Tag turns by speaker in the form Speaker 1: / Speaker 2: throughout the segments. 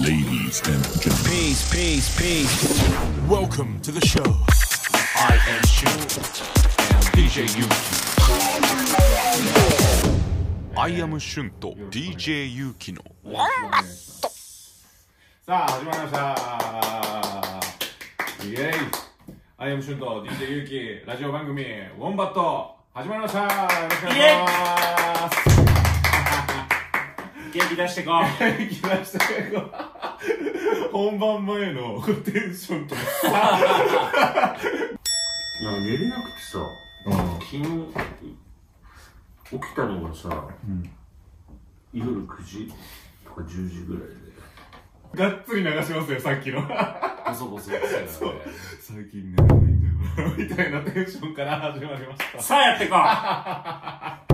Speaker 1: Ladies and gentlemen,
Speaker 2: Peace, peace, peace.
Speaker 3: Welcome to the show.
Speaker 2: I am Shu. And DJ Yuki.
Speaker 3: アイアムシュンと DJ ユウキの
Speaker 4: さあ始まりましたイエイアイアムシュンと DJ ゆうきラジオ番組「ウォンバット」始まりましたよろしくお願いし
Speaker 5: 元気出してこう
Speaker 4: ますきました本番前のテンションとかさ
Speaker 6: なんか寝れなくてさ、昨日起きたのがさ、夜9時とか10時ぐらいで
Speaker 4: がっつり流しますよさっきの
Speaker 5: ボソボソ言ってたよね
Speaker 4: 最近寝れないんだよなみたいなテンションから始まりました
Speaker 5: さあやってこう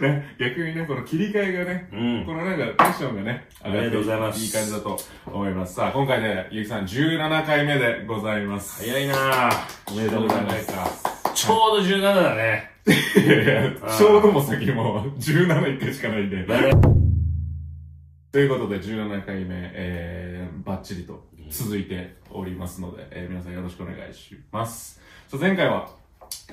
Speaker 4: ね、逆にね、この切り替えがね、
Speaker 6: うん
Speaker 4: このなんかテンションがね、上が
Speaker 6: ありがとうございます
Speaker 4: いい感じだと思います。さあ、今回で、ゆうきさん17回目でございます。
Speaker 6: 早いなぁ
Speaker 4: おめでとうございます。
Speaker 6: ちょうど17だね
Speaker 4: いやいや、ちょうども先も17一回しかないんで。ということで、17回目、えー、バッチリと続いておりますので、えー皆さんよろしくお願いします。さあ、前回は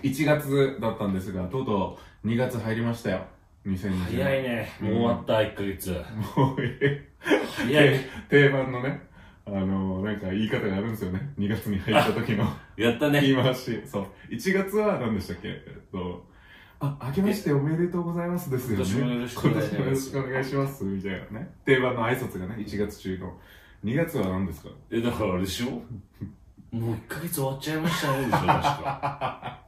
Speaker 4: 1月だったんですが、とうとう2月入りましたよ。2020年。
Speaker 6: 早いねもう終わった1ヶ月
Speaker 4: もうえ
Speaker 6: 早い
Speaker 4: え定番のね、あのなんか言い方があるんですよね。2月に入った 時の
Speaker 6: やった
Speaker 4: 言い
Speaker 6: ね
Speaker 4: 回し。そう。1月は何でしたっけえっと、あ、明けましておめでとうございますですよね。
Speaker 6: 今年もよろしくお願いします
Speaker 4: 今年もよろしくお願いします。みたいなね。定番の挨拶がね、1月中の。2月は何ですか
Speaker 6: えだからあれでしょもう1ヶ月終わっちゃいました ねでしょ確か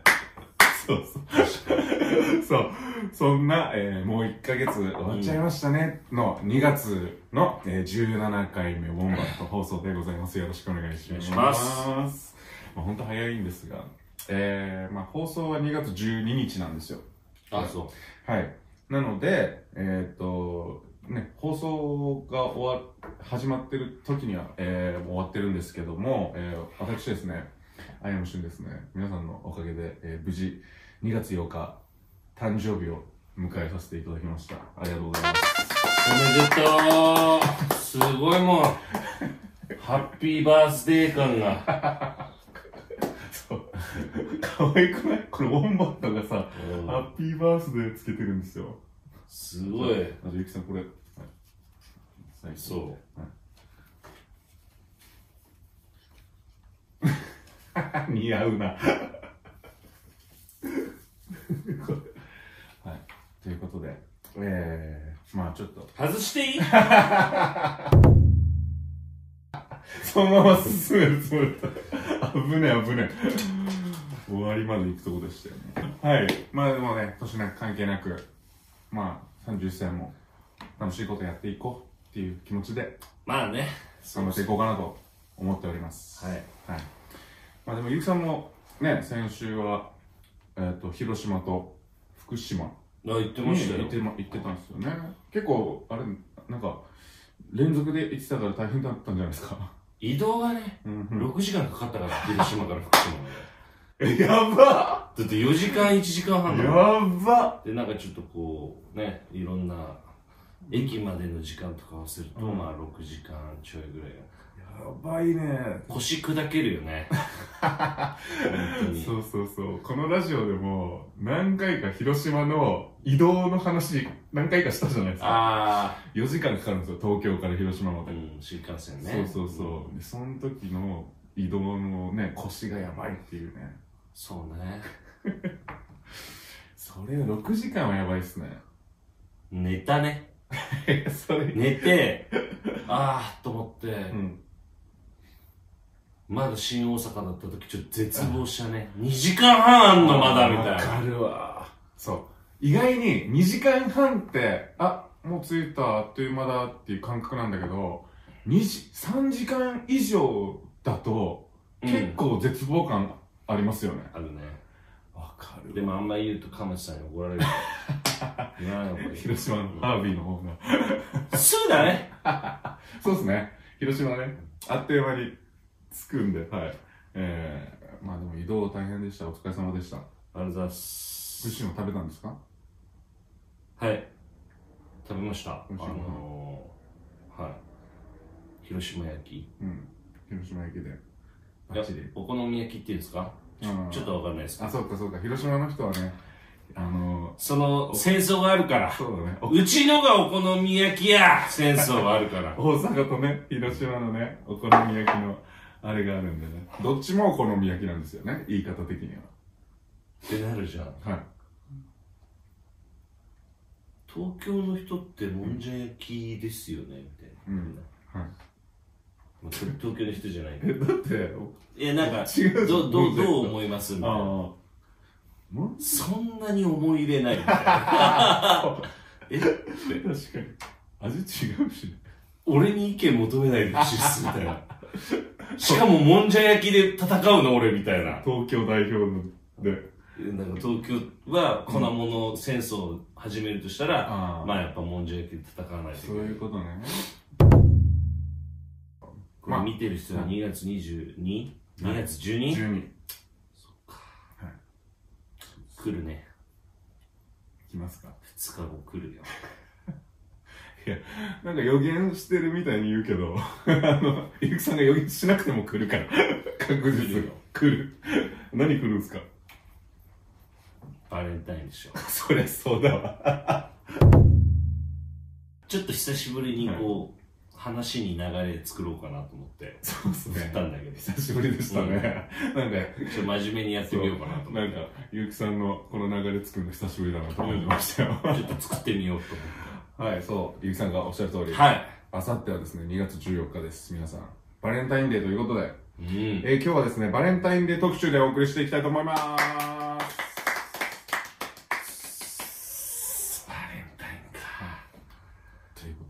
Speaker 4: そうそう。そう。そんな、えーもう1ヶ月終わっちゃいましたね。の2月の、えー17回目、ウォンバット放送でございます。よろしくお願いします。
Speaker 6: お願いし
Speaker 4: まあ、本当早いんですが、えー、まあ、放送は2月12日なんですよ。
Speaker 6: あそ
Speaker 4: はい。なので、えーっと、ね、放送が終わ、始まってる時には、えー、もう終わってるんですけども、えー、私ですね、アイアムシュンですね、皆さんのおかげで、えー無事、2月8日、誕生日を迎えさせていただきました。ありがとうございます。
Speaker 6: おめでとうすごいもうハッピーバースデー感が
Speaker 4: そう。可愛くないこのウォンバットがさ、ハッピーバースデーつけてるんですよ。
Speaker 6: すごい
Speaker 4: あと、ゆきさんこれ。はい最初
Speaker 6: そう
Speaker 4: 似合うな。はい。ということで、えー、まあちょっと、
Speaker 6: 外していい
Speaker 4: そのまま進めるつもりだった。危ねえ危ねえ。終わりまで行くとこでしたよね。はい。まあでもね、年なんか関係なく、まあ31歳も楽しいことやっていこうっていう気持ちで
Speaker 6: まあね
Speaker 4: 頑張っていこうかなと思っております。
Speaker 6: はい
Speaker 4: はい。まあでも、ゆきさんもね、先週は、えっ、と、広島と福島。
Speaker 6: あ言って
Speaker 4: 行
Speaker 6: ましたよ
Speaker 4: ってま行ってたんですよね結構あれなんか連続で行ってたから大変だったんじゃないですか
Speaker 6: 移動がね、
Speaker 4: うん
Speaker 6: 6時間かかったから広島から福島まで
Speaker 4: やば
Speaker 6: だって4時間1時間半だ
Speaker 4: や
Speaker 6: もん
Speaker 4: ば
Speaker 6: でなんかちょっとこうねいろんな駅までの時間とか合わせると、まあ6時間ちょいぐらい
Speaker 4: やばいね
Speaker 6: 腰砕けるよね本当に
Speaker 4: そうそうそうこのラジオでも何回か広島の移動の話何回かしたじゃないですか
Speaker 6: あ
Speaker 4: 4時間かかるんですよ東京から広島ま
Speaker 6: あ
Speaker 4: で、
Speaker 6: うん新幹線ね
Speaker 4: そうそうそうでその時の移動のね腰がやばいっていうね
Speaker 6: そうね
Speaker 4: それ6時間はやばいっす ね
Speaker 6: 寝たね
Speaker 4: それ
Speaker 6: 寝て ああと思って、
Speaker 4: うん
Speaker 6: まだ新大阪だった時ちょっと絶望したね2時間半あんのまだみたい
Speaker 4: わ
Speaker 6: な
Speaker 4: かるわ。そう。意外に2時間半って、あ、もう着いた、あっという間だっていう感覚なんだけど、2時、3時間以上だと、
Speaker 6: うん
Speaker 4: 結構絶望感ありますよね。
Speaker 6: あるね
Speaker 4: わか
Speaker 6: で。もあんま言うと鎌地さんに怒ら れる言わない方がいい
Speaker 4: 広島のハービーの方が。
Speaker 6: そうだね
Speaker 4: そうですね。広島ね、あっという間に着くんで、はい。えー、まあでも移動大変でした。お疲れ様でした。
Speaker 6: ありがとうございます
Speaker 4: 福島食べたんですか
Speaker 6: はい食べましたあ
Speaker 4: 美味しいもの
Speaker 6: の広島焼き
Speaker 4: うん。広島焼きで。
Speaker 6: い
Speaker 4: バ
Speaker 6: や
Speaker 4: ッチリ。
Speaker 6: お好み焼きっていうんですかちょ
Speaker 4: うん
Speaker 6: ちょっとわかんないです
Speaker 4: あ、
Speaker 6: か
Speaker 4: そうかそうか。広島の人はね、あの
Speaker 6: その戦争があるから
Speaker 4: ー、そうだね。お
Speaker 6: うちのがお好み焼きや戦争があるから
Speaker 4: 大阪とね、広島のね、お好み焼きの、あれがあるんでね。どっちもお好み焼きなんですよね。言い方的に
Speaker 6: ってなるじゃん
Speaker 4: は。はい。
Speaker 6: 東京の人ってもんじゃ焼きですよねみたいな、
Speaker 4: うんはい。
Speaker 6: まあ東京の人じゃない
Speaker 4: え、だって、
Speaker 6: いやなんか
Speaker 4: 違う
Speaker 6: どうど
Speaker 4: も
Speaker 6: う
Speaker 4: んじゃ焼き
Speaker 6: どう思いますみたいな
Speaker 4: ああ。もん
Speaker 6: そんなに思い 入れないみたいなえ
Speaker 4: 確かに。味違うしね。
Speaker 6: 俺に意見求めないでほしいっすみたいなしかももんじゃ焼きで戦うの俺みたいな
Speaker 4: 東京代表ので。
Speaker 6: なんか東京は粉物戦争を始めるとしたら、
Speaker 4: あー
Speaker 6: まあやっぱもんじゃ焼きで戦わないといけ
Speaker 4: そう
Speaker 6: ない
Speaker 4: いうことね。
Speaker 6: これ見てる人は2月 22?2 月 12?
Speaker 4: 12。
Speaker 6: 来るね。
Speaker 4: 来ますか
Speaker 6: 2日後来るよ。
Speaker 4: なんか予言してるみたいに言うけど、 あの、ゆくさんが予言しなくても来るから。確実に。来る。何来るんすか
Speaker 6: バレンタインでしょ。
Speaker 4: そりゃそうだわ。
Speaker 6: ちょっと久しぶりにこう、話に流れ作ろうかなと思って、
Speaker 4: そうっす
Speaker 6: 振っ
Speaker 4: ね
Speaker 6: た。んだけど、ち
Speaker 4: 久しぶりでしたね。なんか、
Speaker 6: ょっと真面目にやってみようかなと思
Speaker 4: な
Speaker 6: っ
Speaker 4: んか、ゆくさんのこの流れ作るの久しぶりだなと思いましたよ。
Speaker 6: て、ちょっと作ってみようと思
Speaker 4: はい、そう、ゆきさんがおっしゃる通り、
Speaker 6: って。はい。
Speaker 4: あさってはですね、2月14日です、皆さん。バレンタインデーということで、
Speaker 6: うん。
Speaker 4: えー今日はですね、バレンタインデー特集でお送りしていきたいと思います。バレンタインか。というこ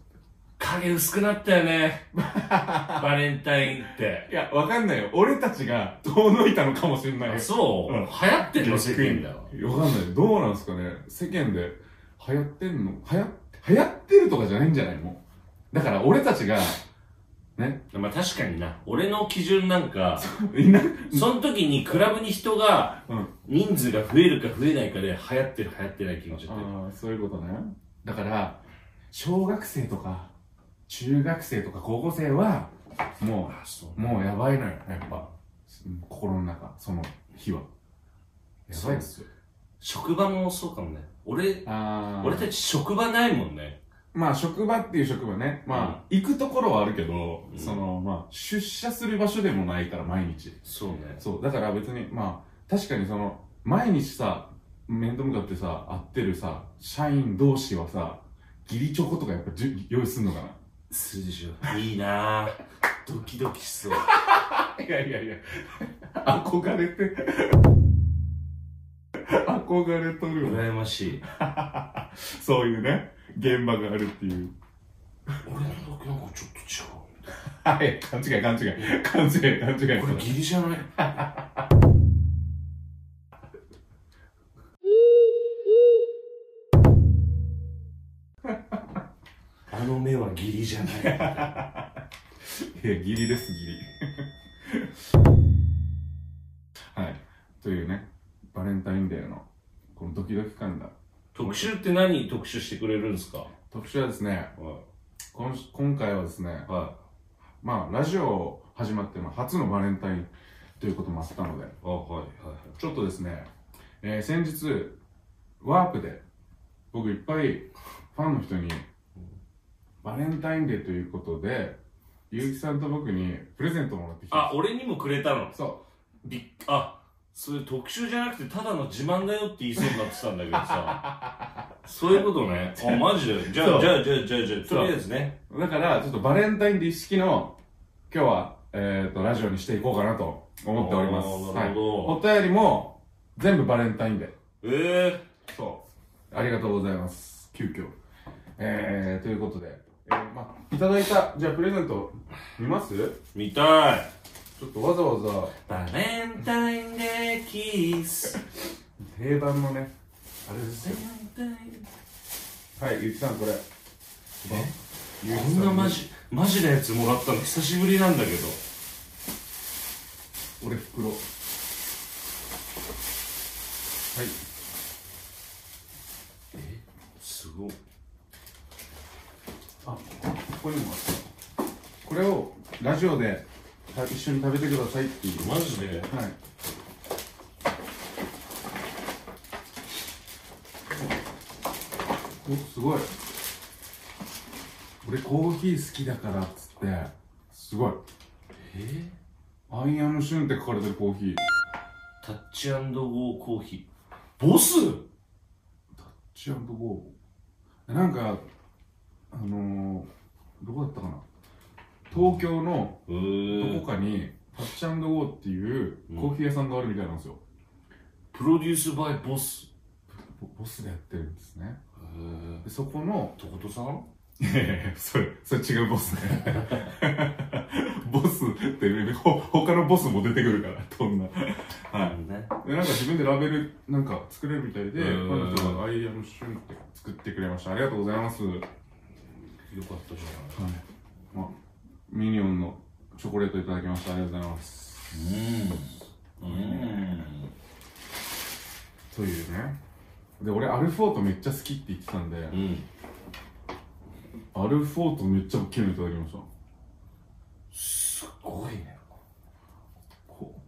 Speaker 6: 影薄くなったよ ね。バレンタインっ
Speaker 4: と
Speaker 6: て。
Speaker 4: で。いや、わかんないよ。俺たちが遠のいたのかもしれないよ。
Speaker 6: そう、
Speaker 4: うん
Speaker 6: 流行ってんの世間だわ。
Speaker 4: わかんないよ。どうなんですかね。世間で流行ってんの流行流行ってるとかじゃないんじゃないもう。だから俺たちが、ね、
Speaker 6: まあ確かにな、俺の基準なんか、
Speaker 4: みんな、
Speaker 6: その時にクラブに人が
Speaker 4: うん、
Speaker 6: 人数が増えるか増えないかで流行ってる流行ってない気持ちだったよ
Speaker 4: ああそういうことねだから小学生とか中学生とか高校生はも
Speaker 6: あそう
Speaker 4: もうやばいのよやっぱうん心の中その日はやばいっすよ
Speaker 6: 職場もそうかもね俺
Speaker 4: ああ
Speaker 6: 俺たち職場ないもんね
Speaker 4: まあ職場っていう職場ねまあ、行くところはあるけど、
Speaker 6: うん
Speaker 4: そのまあ出社する場所でもないから毎日
Speaker 6: そうね
Speaker 4: そうだから別にまあ確かにその毎日さ面と向かってさ会ってるさ社員同士はさ義理チョコとかやっぱじゅ用意すんのかな
Speaker 6: するでしょいいなぁドキドキしそう
Speaker 4: いやいやいや、 憧れて。 憧れとるよね。
Speaker 6: 羨ましい
Speaker 4: そういうね、現場があるっていう。
Speaker 6: 俺の時なんかちょっと
Speaker 4: はい、勘違い勘違い。勘違い勘違い。
Speaker 6: 違うこれギリじゃないあの目はギリじゃない
Speaker 4: いや、ギリです、ギリ。 はい。というね、バレンタインデーの、このドキドキ感が。
Speaker 6: 特集って何特集してくれるんですかは
Speaker 4: 特集はですね、今し今回はですね
Speaker 6: い、は
Speaker 4: まあ、ラジオ始まっての初のバレンタインということもあったので、
Speaker 6: いあはいはい
Speaker 4: ちょっとですね、えー先日、ワープで、僕いっぱいファンの人に、バレンタインデーということで、ゆうきさんと僕にプレゼントもらってき
Speaker 6: あ
Speaker 4: た。
Speaker 6: 俺にもくれたの
Speaker 4: そ
Speaker 6: びっあそれ特集じゃなくてただの自慢だよって言いそうになってたんだけどさそういうことねあマジでじゃ
Speaker 4: そ
Speaker 6: あ
Speaker 4: う
Speaker 6: じゃあじゃあじゃあじゃあ
Speaker 4: そう
Speaker 6: とりあえずね
Speaker 4: う。だから、ちょっとバレンタインデー意識の、今日は、えっ、と、ラジオにしていこうかなと思っております。
Speaker 6: おーなるほ
Speaker 4: はい。お便りも、全部バレンタインデー。
Speaker 6: え
Speaker 4: そう。ありがとうございます。急遽。えー、ということで、えーまあ、いただいた、じゃあプレゼント、見ます
Speaker 6: え見たい
Speaker 4: ちょっとわざわざ、
Speaker 6: バレンタインデーキース
Speaker 4: 定番のねあれですよ
Speaker 6: バレンタイン
Speaker 4: はいゆきさんこれゆ
Speaker 6: こんなマジマジなやつもらったの久しぶりなんだけど
Speaker 4: 俺袋はい
Speaker 6: すごい
Speaker 4: あここにもあっこれをラジオでた一緒に食べてくださいっていう
Speaker 6: マジで
Speaker 4: はいおすごい俺コーヒー好きだからっつってすごい
Speaker 6: え
Speaker 4: アイアムシュンって書かれてるコーヒー
Speaker 6: タッチゴーコーヒーボス
Speaker 4: チアンドゴーなんかあのー、どこだったかな東京の
Speaker 6: う
Speaker 4: ど
Speaker 6: ー
Speaker 4: こかにタッチアンドゴーっていうコーヒー屋さんがあるみたいなんですよ、
Speaker 6: プロデュースバイボス
Speaker 4: ボボスがやってるんですね
Speaker 6: へー
Speaker 4: でそこの
Speaker 6: とことさん
Speaker 4: それそれ違うボスね ボスって、ね、ほ他のボスも出てくるからどんなはい
Speaker 6: ね
Speaker 4: でなんか自分でラベルなんか作れるみたいで
Speaker 6: うん
Speaker 4: 彼女が「アイアムシュン」って作ってくれましたありがとうございます
Speaker 6: よかったじ
Speaker 4: あミニオンのチョコレートいただきましたありがとうございます
Speaker 6: ゃないうん
Speaker 4: というねで俺アルフォートめっちゃ好きって言ってたんで、
Speaker 6: うん
Speaker 4: アルフォートめっちゃ大きいのいただきました
Speaker 6: すごいね
Speaker 4: こ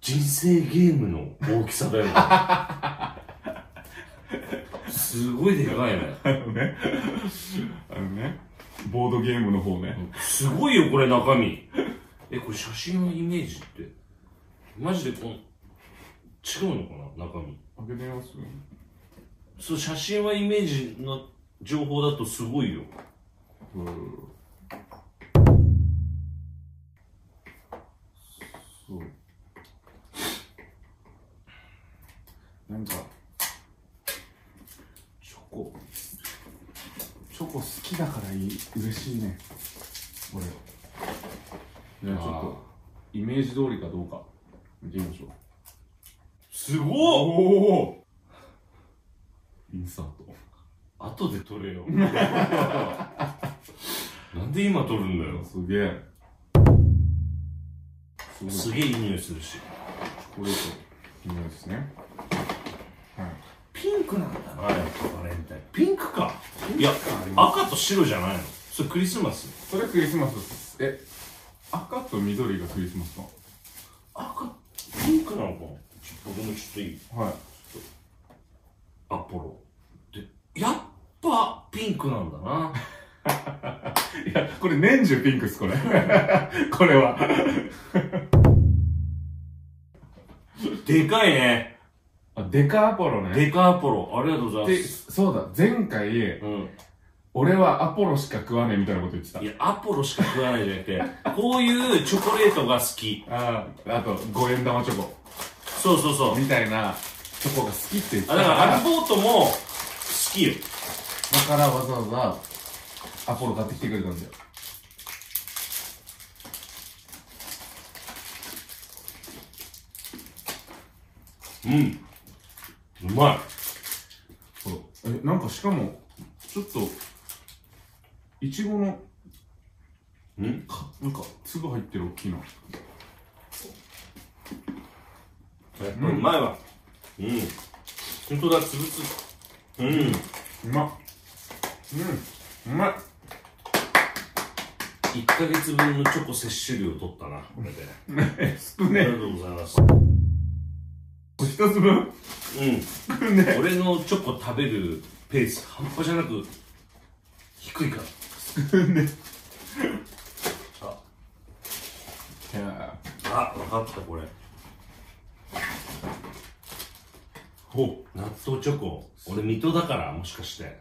Speaker 6: 人生ゲームの大きさだよね すごいでかいね
Speaker 4: うねあのねボードゲームの方ね
Speaker 6: すごいよこれ中身えこれ写真のイメージってマジでこの違うのかな中身
Speaker 4: 開けてみます
Speaker 6: そう写真はイメージの情報だとすごいよ
Speaker 4: うんそうなんかチョコチョコ好きだからいい嬉しいね俺じゃあちょっとイメージ通りかどうか見てみましょう
Speaker 6: す
Speaker 4: お
Speaker 6: ごっ
Speaker 4: おインサート
Speaker 6: 後で撮れよ なんで今撮るんだよ
Speaker 4: すげえすごい
Speaker 6: すげえいい匂いするし
Speaker 4: これと今ですね
Speaker 6: ピンクなんだな、やっぱバレンタインピンクかいや赤と白じゃないのそれクリスマス
Speaker 4: それクリスマスですえ赤と緑がクリスマスか
Speaker 6: 赤ピンクなのかなちょ僕もちょっといい
Speaker 4: はい
Speaker 6: アポロでやっぱピンクなんだ ない
Speaker 4: やこれ年中ピンクっすこれ これは
Speaker 6: でかいね
Speaker 4: あデカアポロね
Speaker 6: でかアポロありがとうござい
Speaker 4: で
Speaker 6: ます
Speaker 4: そうだ前回
Speaker 6: うん
Speaker 4: 俺はアポロしか食わねえみたいなこと言ってた
Speaker 6: いやアポロしか食わないじゃなくてこういうチョコレートが好き
Speaker 4: あああと五円玉チョコ
Speaker 6: そうそうそう
Speaker 4: みたいなチョコが好きって言って
Speaker 6: あ
Speaker 4: た
Speaker 6: だ
Speaker 4: か
Speaker 6: からア
Speaker 4: ら
Speaker 6: ルボートも好きよ
Speaker 4: だからわざわざアポロ買ってきてくれたんだよ
Speaker 6: うんうまい
Speaker 4: そうえなんかしかもちょっといちごの
Speaker 6: ん
Speaker 4: かなんか粒入ってる大きいな
Speaker 6: うん、うまいわうん本当だつぶつぶうん
Speaker 4: うまっうんうまい
Speaker 6: 1ヶ月分のチョコ摂取量取ったなこれで
Speaker 4: 少
Speaker 6: あ
Speaker 4: ねえ
Speaker 6: りがとうございます
Speaker 4: 一粒
Speaker 6: うん、俺のチョコ食べるペース半端じゃなく低いから
Speaker 4: いや
Speaker 6: あ分かったこれ
Speaker 4: ほ
Speaker 6: 納豆チョコ俺水戸だからもしかして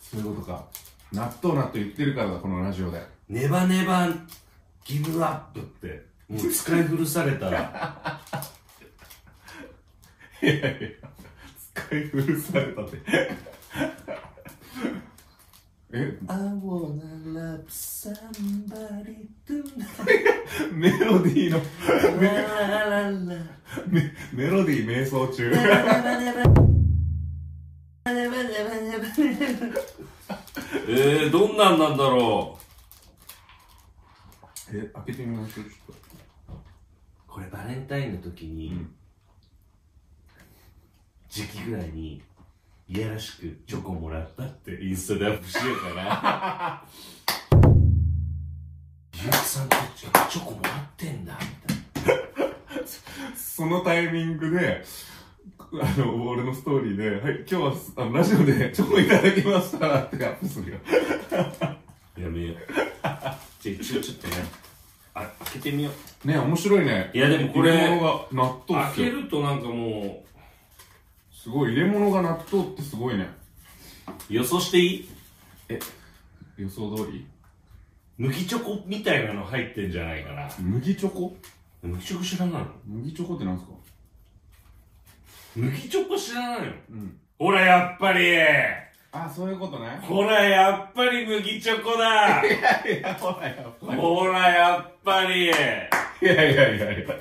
Speaker 4: そういうことか納豆納豆言ってるからだこのラジオで
Speaker 6: ネバネバギブアップってもう使い古されたら
Speaker 4: 使い古されたってえ
Speaker 6: I wanna love somebody to
Speaker 4: メロディーの
Speaker 6: la la la
Speaker 4: メメロディー瞑想中
Speaker 6: えー、どんなんなんだろ
Speaker 4: え開けてみましょうちょっ
Speaker 6: うこれバレンタインの時に、
Speaker 4: ん
Speaker 6: 時期ぐらいにいやらしくチョコもらったってインスタでアップしようかな
Speaker 4: そのタイミングで、あの、俺のストーリーで、はい、今日はあのラジオでチョコいただきましたってアップするよ。
Speaker 6: やめよう。じゃあ 一応ちょっとね、あ開けてみよう。
Speaker 4: ね面白いね。
Speaker 6: いやでもこれ
Speaker 4: 入れ物が納豆っ
Speaker 6: 開
Speaker 4: す
Speaker 6: け
Speaker 4: よ。
Speaker 6: るとなんかも
Speaker 4: すごい、入れ物が納豆ってすごいね。
Speaker 6: う、予想していい
Speaker 4: 予想通り。
Speaker 6: 麦チョコみたいなの入ってんじゃないかな。
Speaker 4: 麦チョコ
Speaker 6: 麦チョコ知らないの
Speaker 4: 麦チョコってなんですか
Speaker 6: 麦チョコ知らないの
Speaker 4: うん。
Speaker 6: ほら、やっぱり
Speaker 4: あ、そういうことね。
Speaker 6: ほら、やっぱり麦チョコだ
Speaker 4: いや、ほら、やっぱ
Speaker 6: ほら、やっぱり
Speaker 4: いやいやいやいや。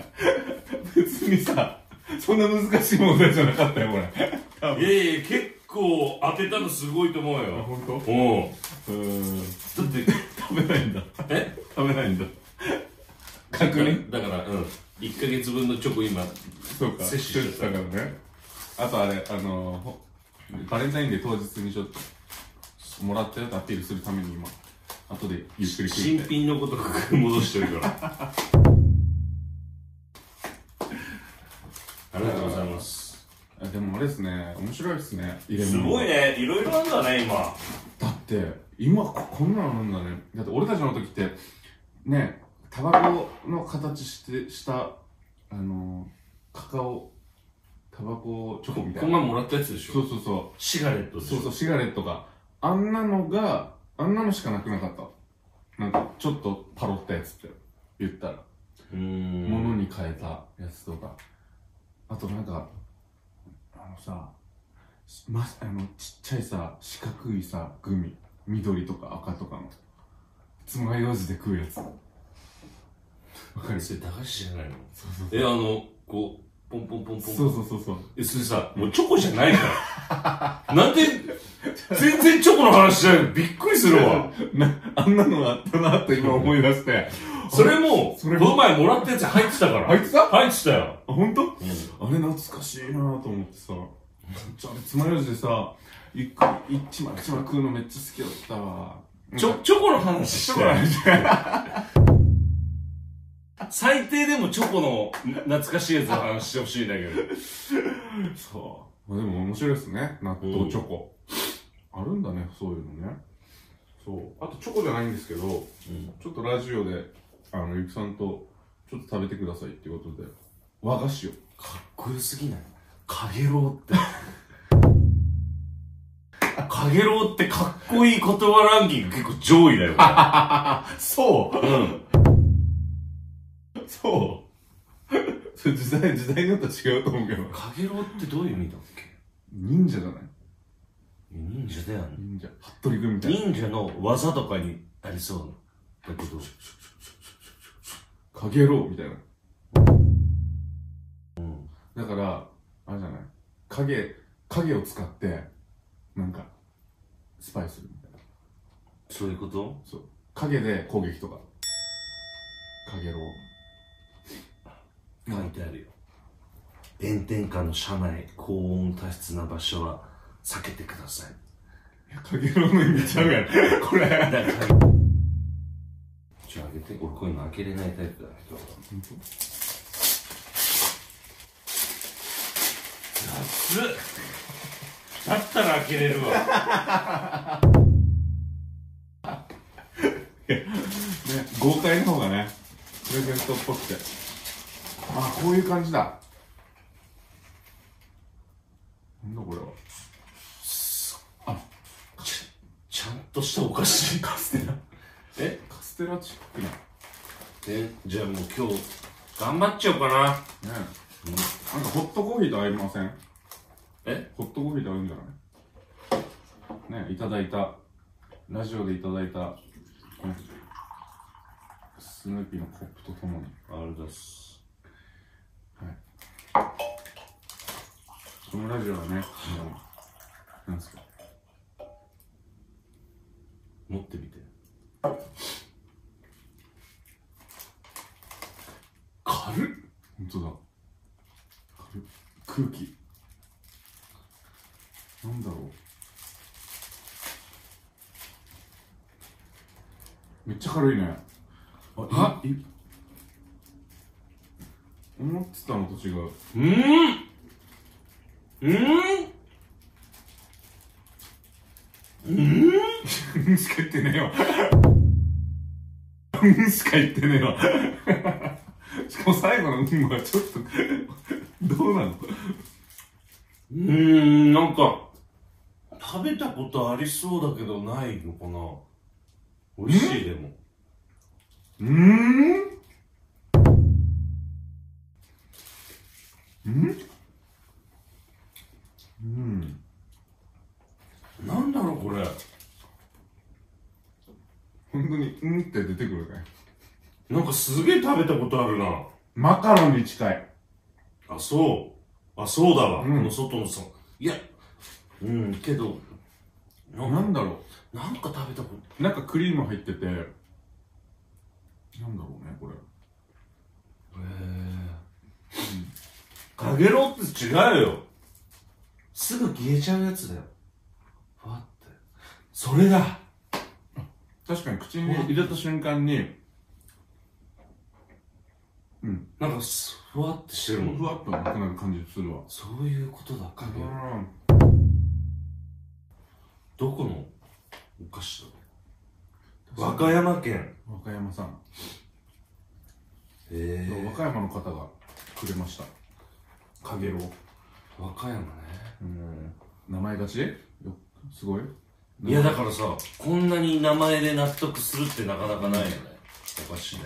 Speaker 4: 別にさ、そんな難しい問題じゃなかったよ、これ。
Speaker 6: いやいや、結構当てたのすごいと思う
Speaker 4: あ
Speaker 6: よ。
Speaker 4: 本当？う
Speaker 6: うん。
Speaker 4: ーん。
Speaker 6: だって、
Speaker 4: 食べないんだ。
Speaker 6: え
Speaker 4: 食べないんだ。確認
Speaker 6: だから、うん。1ヶ月分のチョコ今、
Speaker 4: そうか。
Speaker 6: 摂取しちゃ
Speaker 4: だからね。あとあれ、あのほバレンタインデー当日にちょっと、もらったよとアピールするために今、後でゆっくり食い
Speaker 6: 新
Speaker 4: たい。
Speaker 6: 品のことく戻してるから。 ありがとうございます。
Speaker 4: あでもあれですね、面白いですね。入れ
Speaker 6: す
Speaker 4: 物
Speaker 6: ごいね。いろいろあるんだね、今。
Speaker 4: だって今ここんなのなんだねだって俺たちの時ってねタバコの形してしたあのーカカオタバコチョコみた
Speaker 6: こ
Speaker 4: い
Speaker 6: んな
Speaker 4: なん
Speaker 6: もらったやつでし
Speaker 4: そ
Speaker 6: ょ
Speaker 4: うそうそ
Speaker 6: シガレット
Speaker 4: う
Speaker 6: でし
Speaker 4: そうそ
Speaker 6: ょ
Speaker 4: うシガレットがあんなのがあんなのしかなくなかったなんかちょっとパロったやつって言ったら
Speaker 6: うーん。
Speaker 4: ものに変えたやつとかあとなんかあのさ、ま、あのちっちゃいさ四角いさグミ緑とか赤とかの爪楊枝で食うやつわかるそ
Speaker 6: それ駄菓子じゃないの
Speaker 4: うそう
Speaker 6: え、あの、こう、ポンポンポンポン。
Speaker 4: そうそうそう そう
Speaker 6: え、それさ、もうチョコじゃないから。 なんで、全然チョコの話じゃないびっくりする わ。
Speaker 4: なあんなのあったなって今思い出して
Speaker 6: それも、
Speaker 4: それ
Speaker 6: こ
Speaker 4: も
Speaker 6: の前もらったやつ入ってたから。
Speaker 4: 入ってた
Speaker 6: 入ってたよ。
Speaker 4: あ本当、あれ懐かしいなぁと思ってさちょ爪楊枝でさ一個一枚一枚食うのめっちゃ好きだったわ
Speaker 6: ちょ、チョコの話して。最低でもチョコの懐かしいやつの話してほしいんだけど。
Speaker 4: そう。まあでも面白いですね。納豆チョコ。あるんだね、そういうのね。そう。あとチョコじゃないんですけど、ちょっとラジオで、あの、ゆきさんと、ちょっと食べてくださいっていうことで、和菓子を。
Speaker 6: かっこよすぎないかげろうって。 かげろうってかっこいい言葉ランキング結構上位だよ。
Speaker 4: そう
Speaker 6: うん。
Speaker 4: そう。それ時代、時代によっては違うと思うけど。
Speaker 6: かげろうってどういう意味だっけ
Speaker 4: 忍者じゃない
Speaker 6: 忍者だよね。
Speaker 4: 忍者。服部君みたいな。
Speaker 6: 忍者の技とかにありそうな。だけど、
Speaker 4: かげろうみたいな。だから、あれじゃない影、影を使って、なんか、スパイするみたいな。
Speaker 6: そういうこと
Speaker 4: そう。影で攻撃とか。影ろ
Speaker 6: 書いてあるよ。炎天下の車内、高温多湿な場所は避けてください。
Speaker 4: 影ろの意味ちゃうやん。これ。
Speaker 6: だから、ちょ、開けて。俺こういうの開けれないタイプだけど。熱っだったら開けれるわ。
Speaker 4: ね、豪快の方がね、プレゼントっぽくて。あ、こういう感じだ。なんだこれは。
Speaker 6: ちゃんとしたお菓子。カステラ。え
Speaker 4: カステラチックな。
Speaker 6: え、じゃあもう今日、頑張っちゃおうかな。
Speaker 4: ねなんかホットコーヒーと合いません
Speaker 6: え
Speaker 4: ホットコーヒーと合うんじゃないねいただいたラジオでいただいたこのスヌーピーのコップとともに
Speaker 6: あれだす。
Speaker 4: このラジオはね、あのなんですか
Speaker 6: 持ってみて。軽っ
Speaker 4: 本当だ軽い空気なんだろうめっちゃ軽いねあいい思ってたのと違う。
Speaker 6: うんうん
Speaker 4: うんしか言ってねえわ。うんしか言ってねえわ。しかも最後のうんはちょっと、どうなの
Speaker 6: うんなんか食べたことありそうだけどないのかな美味しいでも
Speaker 4: うん
Speaker 6: なんだろうこれ
Speaker 4: 本当に、うんって出てくるね。
Speaker 6: なんかすげえ食べたことあるな
Speaker 4: マカロンに近い。
Speaker 6: あそうあそうだわ、
Speaker 4: うん
Speaker 6: この外のさいやうんけどな
Speaker 4: なんだろ
Speaker 6: なんか食べたこ
Speaker 4: う。なんかクリーム入ってて、なんだろうね、これ。
Speaker 6: とへえかげろうって違うよすぐ消えちゃうやつだよふわってそれだ
Speaker 4: 確かに口に入れた瞬間に、
Speaker 6: なんかすふわってしてるもん
Speaker 4: ふわっとなくなる感じするわ。
Speaker 6: そういうことだかげろう
Speaker 4: う
Speaker 6: どこのお菓子
Speaker 4: ん。
Speaker 6: だ和歌山県
Speaker 4: 和歌山さん。
Speaker 6: へ
Speaker 4: 和歌山の方がくれました。かげろう。
Speaker 6: 和歌山ね
Speaker 4: うん。名前出しよすごい。
Speaker 6: いやだからさこんなに名前で納得するってなかなかないよねお菓子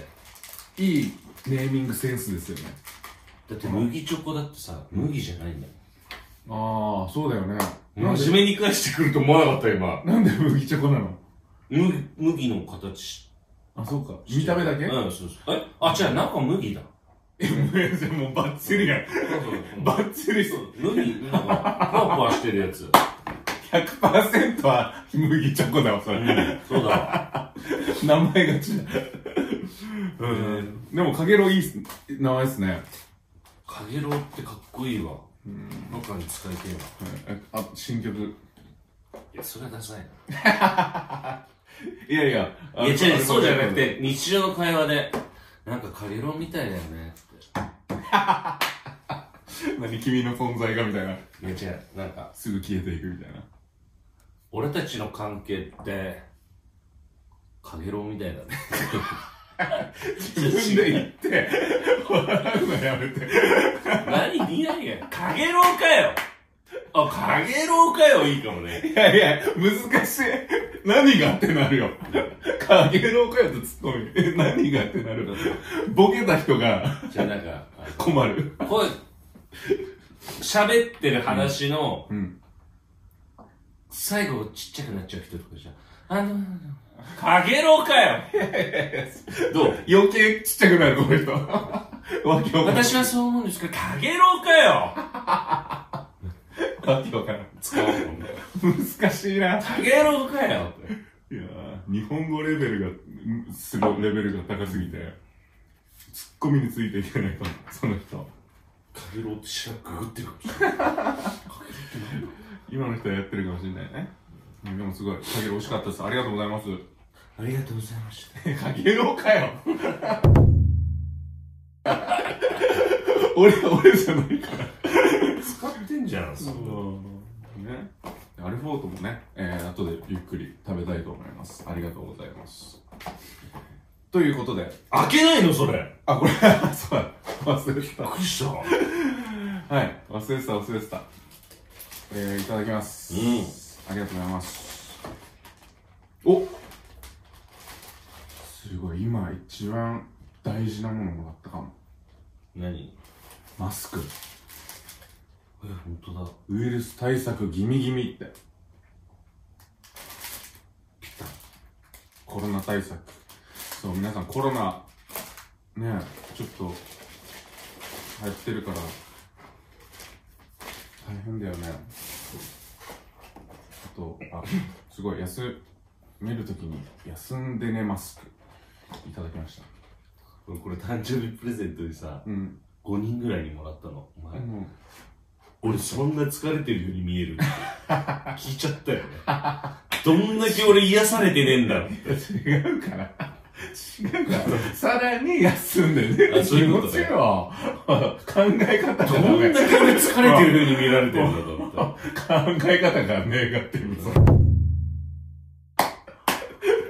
Speaker 6: で
Speaker 4: いいネーミングセンスですよね。
Speaker 6: だって麦チョコだってさ、麦じゃないんだよ。
Speaker 4: ああ、そうだよね。なん
Speaker 6: 真
Speaker 4: で、
Speaker 6: 面目に返してくると思わなかった今。
Speaker 4: なんで麦チョコなの
Speaker 6: 麦、麦の形。
Speaker 4: あ、そうか。見た目だけ
Speaker 6: うん、そうそう。えあ、違う、中麦だ。
Speaker 4: え、 もうバッチリやん。バッチリ
Speaker 6: そう麦、なんか、ふわふわしてるやつ。
Speaker 4: 100%は麦チョコだわ、それ。
Speaker 6: うん、そうだわ。
Speaker 4: 名前が違う。うん。でも、かげろういいっす名前ですね。
Speaker 6: かげろうってかっこいいわ。なんかに使いてえわ。
Speaker 4: はいあ、新曲。
Speaker 6: いや、それはダサい
Speaker 4: いやいや、
Speaker 6: な。
Speaker 4: あ
Speaker 6: いや、
Speaker 4: の
Speaker 6: 違う、そうじゃなく。
Speaker 4: あの
Speaker 6: て、日常の会話で、なんかかげろうみたいだよねっ
Speaker 4: 何君の存在がみたいな。
Speaker 6: て。いや、違う、なんか、
Speaker 4: すぐ消えていくみたいな。
Speaker 6: 俺たちの関係って、かげろうみたいだね。
Speaker 4: 自分で言って、笑うの やめて。
Speaker 6: 何何何かげろうかよあ、かげろうかよいいかもね。
Speaker 4: いやいや、難しい。何がってなるよ。かげろうかよとツッコミ。え何がってなる。ボケた人が
Speaker 6: じゃあなんか、あ
Speaker 4: 困る。
Speaker 6: のこう、喋ってる話の、
Speaker 4: うん。
Speaker 6: 最後ちっちゃくなっちゃう人とかじゃん。あの、かげろうかよ どう
Speaker 4: 余計ちっちゃくなる、この人。 わけわからん。
Speaker 6: 私はそう思うんですけど、かげろうかよ
Speaker 4: わけわからん。
Speaker 6: 使うもんね。
Speaker 4: 難しいな。い
Speaker 6: かげろうかよ
Speaker 4: やー日本語レベルが、んするレベルが高すぎて、ツッコミについていけないから、その人。
Speaker 6: かげろうってしらググってるかもしれない。
Speaker 4: 今の人はやってるかもしれないね。うんでもすごい、かげろう美味しかったです。ありがとうございます。
Speaker 6: ありがとうございました。
Speaker 4: かげろうかよ俺、俺じゃないから。
Speaker 6: 使ってんじゃん、そんな
Speaker 4: ね。アルフォートもね、えー、後でゆっくり食べたいと思います。ありがとうございます。ということで、
Speaker 6: 開けないの、それ。びっ
Speaker 4: あ、これ、 そうだ、忘れてた。
Speaker 6: くりした。うん。
Speaker 4: はい、忘れてた、忘れてた。えー、いただきます。ありがとうございます。おすごい、今一番大事なものもらったかも。
Speaker 6: 何
Speaker 4: マスク。
Speaker 6: え、本当だ。
Speaker 4: ウイルス対策ギミギミって。ピタッ。コロナ対策。そう、皆さんコロナ、ねえ、ちょっと、流行ってるから、大変だよね。あと、あ、すごい、休めるときに、休んでね、マスク。いただきました。
Speaker 6: これ誕生日プレゼントでさ、
Speaker 4: うん。
Speaker 6: 5人ぐらいにもらったの。お
Speaker 4: う
Speaker 6: 前、
Speaker 4: ん、
Speaker 6: 俺そんな疲れてるように見えるって聞いちゃったよね。どんだけ俺癒されてねえんだって。
Speaker 4: 違うから。違うから、さらに休んでね。
Speaker 6: あそういうこと
Speaker 4: 気持
Speaker 6: ね
Speaker 4: ちよ。考え方が
Speaker 6: ど
Speaker 4: ダメ
Speaker 6: んだけ俺疲れてる風に見られてるんだと思って。
Speaker 4: 考え方がネガティブだ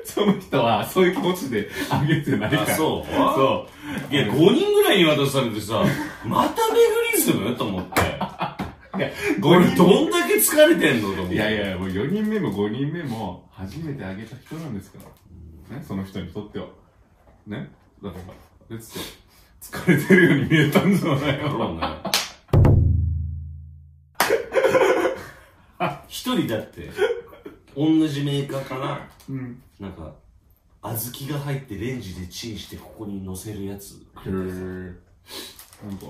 Speaker 4: その人はそういう気持ちであげてないから
Speaker 6: あ、そう
Speaker 4: そ
Speaker 6: いや、5人ぐらいに渡されてさ、また巡りズムと思って。
Speaker 4: ういや
Speaker 6: 俺
Speaker 4: 5人
Speaker 6: どんだけ疲れてんのと思って。
Speaker 4: いやいやもう4人目も5人目も初めてあげた人なんですからねその人にとってはねだからですよ疲れてるように見えたんじゃない
Speaker 6: だ
Speaker 4: の
Speaker 6: ろうね。一人だって、同じメーカーかな、
Speaker 4: うん
Speaker 6: なんか、小豆が入ってレンジでチンしてここに乗せるやつ。
Speaker 4: へえなんか